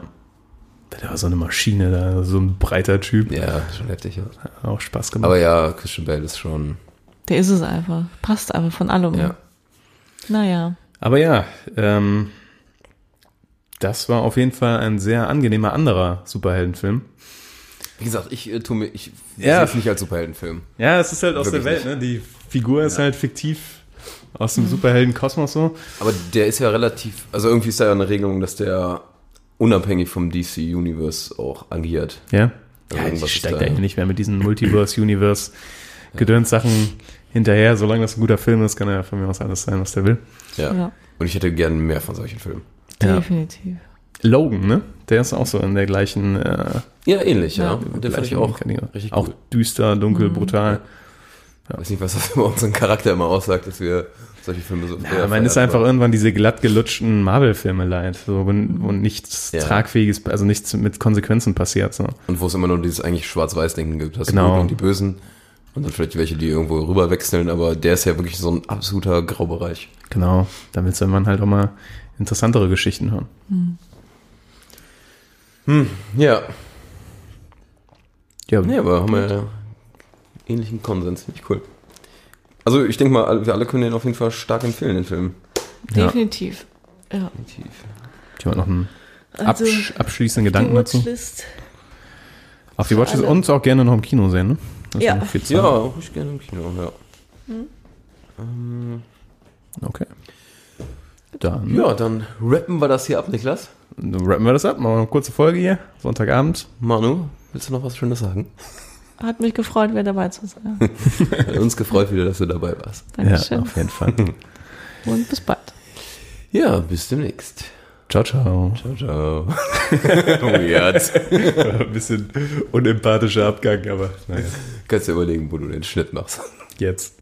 Speaker 1: Der war so eine Maschine da, so ein breiter Typ.
Speaker 6: Ja, schon heftig. Ja.
Speaker 1: Hat auch Spaß gemacht.
Speaker 6: Aber ja, Christian Bale ist schon,
Speaker 7: Der ist es einfach. Passt einfach von
Speaker 1: Mhm.
Speaker 7: allem.
Speaker 6: ja.
Speaker 7: Naja.
Speaker 1: Aber ja, ähm, das war auf jeden Fall ein sehr angenehmer anderer Superheldenfilm.
Speaker 6: Wie gesagt, ich äh, tu mir, ich
Speaker 1: Ja.
Speaker 6: sehe es nicht als Superheldenfilm.
Speaker 1: Ja, es ist halt aus der
Speaker 6: Wirklich
Speaker 1: Welt, ne? Die Figur ist halt fiktiv aus dem Superheldenkosmos so.
Speaker 6: Aber der ist ja relativ, also irgendwie ist da ja eine Regelung, dass der unabhängig vom DC Universe auch agiert.
Speaker 1: Ja. Ja,
Speaker 6: Ja,
Speaker 1: ich
Speaker 6: irgendwas ist
Speaker 1: steigt
Speaker 6: da,
Speaker 1: eigentlich
Speaker 6: ja.
Speaker 1: nicht mehr mit diesen Multiverse-Universe-Gedöns-Sachen hinterher. Solange das ein guter Film ist, kann er von mir aus alles sein, was der will.
Speaker 6: Ja.
Speaker 7: Ja.
Speaker 6: Und ich hätte gern mehr von solchen Filmen.
Speaker 1: Ja.
Speaker 7: Definitiv.
Speaker 1: Logan, ne? Der ist auch so in der gleichen, äh,
Speaker 6: Ja, ähnlich, ja.
Speaker 7: Ja.
Speaker 6: Und Den
Speaker 1: gleichen
Speaker 6: fand ich auch
Speaker 1: Kategorie.
Speaker 6: richtig
Speaker 1: auch
Speaker 6: cool.
Speaker 1: düster, dunkel, brutal.
Speaker 6: Ich weiß nicht, was das über unseren Charakter immer aussagt, dass wir solche Filme so.
Speaker 1: Ja, man ist einfach irgendwann diese glatt gelutschten Marvel-Filme leid, so, wo, wo nichts
Speaker 6: Mhm. Ja.
Speaker 1: tragfähiges, also nichts mit Konsequenzen passiert. So.
Speaker 6: Und wo es immer nur dieses eigentlich Schwarz-Weiß-Denken gibt. Hast
Speaker 1: Genau.
Speaker 6: die Guten und die Bösen. Und dann vielleicht welche, die irgendwo rüber wechseln, aber der ist ja wirklich so ein absoluter Graubereich.
Speaker 1: Genau, da willst du irgendwann halt auch mal interessantere Geschichten hören.
Speaker 6: Ja.
Speaker 1: Ja,
Speaker 6: Ja, aber haben wir ja ähnlichen Konsens. Finde ich cool. Also ich denke mal, alle- wir alle können den auf jeden Fall stark empfehlen, den Film.
Speaker 1: Ja.
Speaker 7: Definitiv. Ja.
Speaker 1: jemand noch einen
Speaker 7: Also,
Speaker 1: absch abschließenden
Speaker 7: die
Speaker 1: Gedanken dazu?
Speaker 7: Watchlist.
Speaker 1: Auf die Watchlist
Speaker 7: alle.
Speaker 1: und auch gerne noch im Kino sehen, ne? Das
Speaker 7: Ja.
Speaker 1: ist noch viel Zeit.
Speaker 6: Ja, auch ich gerne im Kino, ja.
Speaker 1: Hm.
Speaker 6: Ähm,
Speaker 1: Okay. Dann
Speaker 6: Ja, dann rappen wir das hier ab, Niklas.
Speaker 1: rappen wir das ab. Machen wir eine kurze Folge hier. Sonntagabend.
Speaker 6: Manu, willst du noch was Schönes sagen?
Speaker 7: Hat mich gefreut, wieder dabei zu sein.
Speaker 6: Hat uns gefreut wieder, dass du dabei warst.
Speaker 7: Dankeschön.
Speaker 1: Ja, auf jeden Fall.
Speaker 7: Und bis bald.
Speaker 6: Ja, bis demnächst.
Speaker 1: ciao, ciao.
Speaker 6: Ciao, ciao. Oh, Weird.
Speaker 1: Ein bisschen unempathischer Abgang, aber naja.
Speaker 6: Kannst du überlegen, wo du den Schnitt machst.
Speaker 1: Jetzt.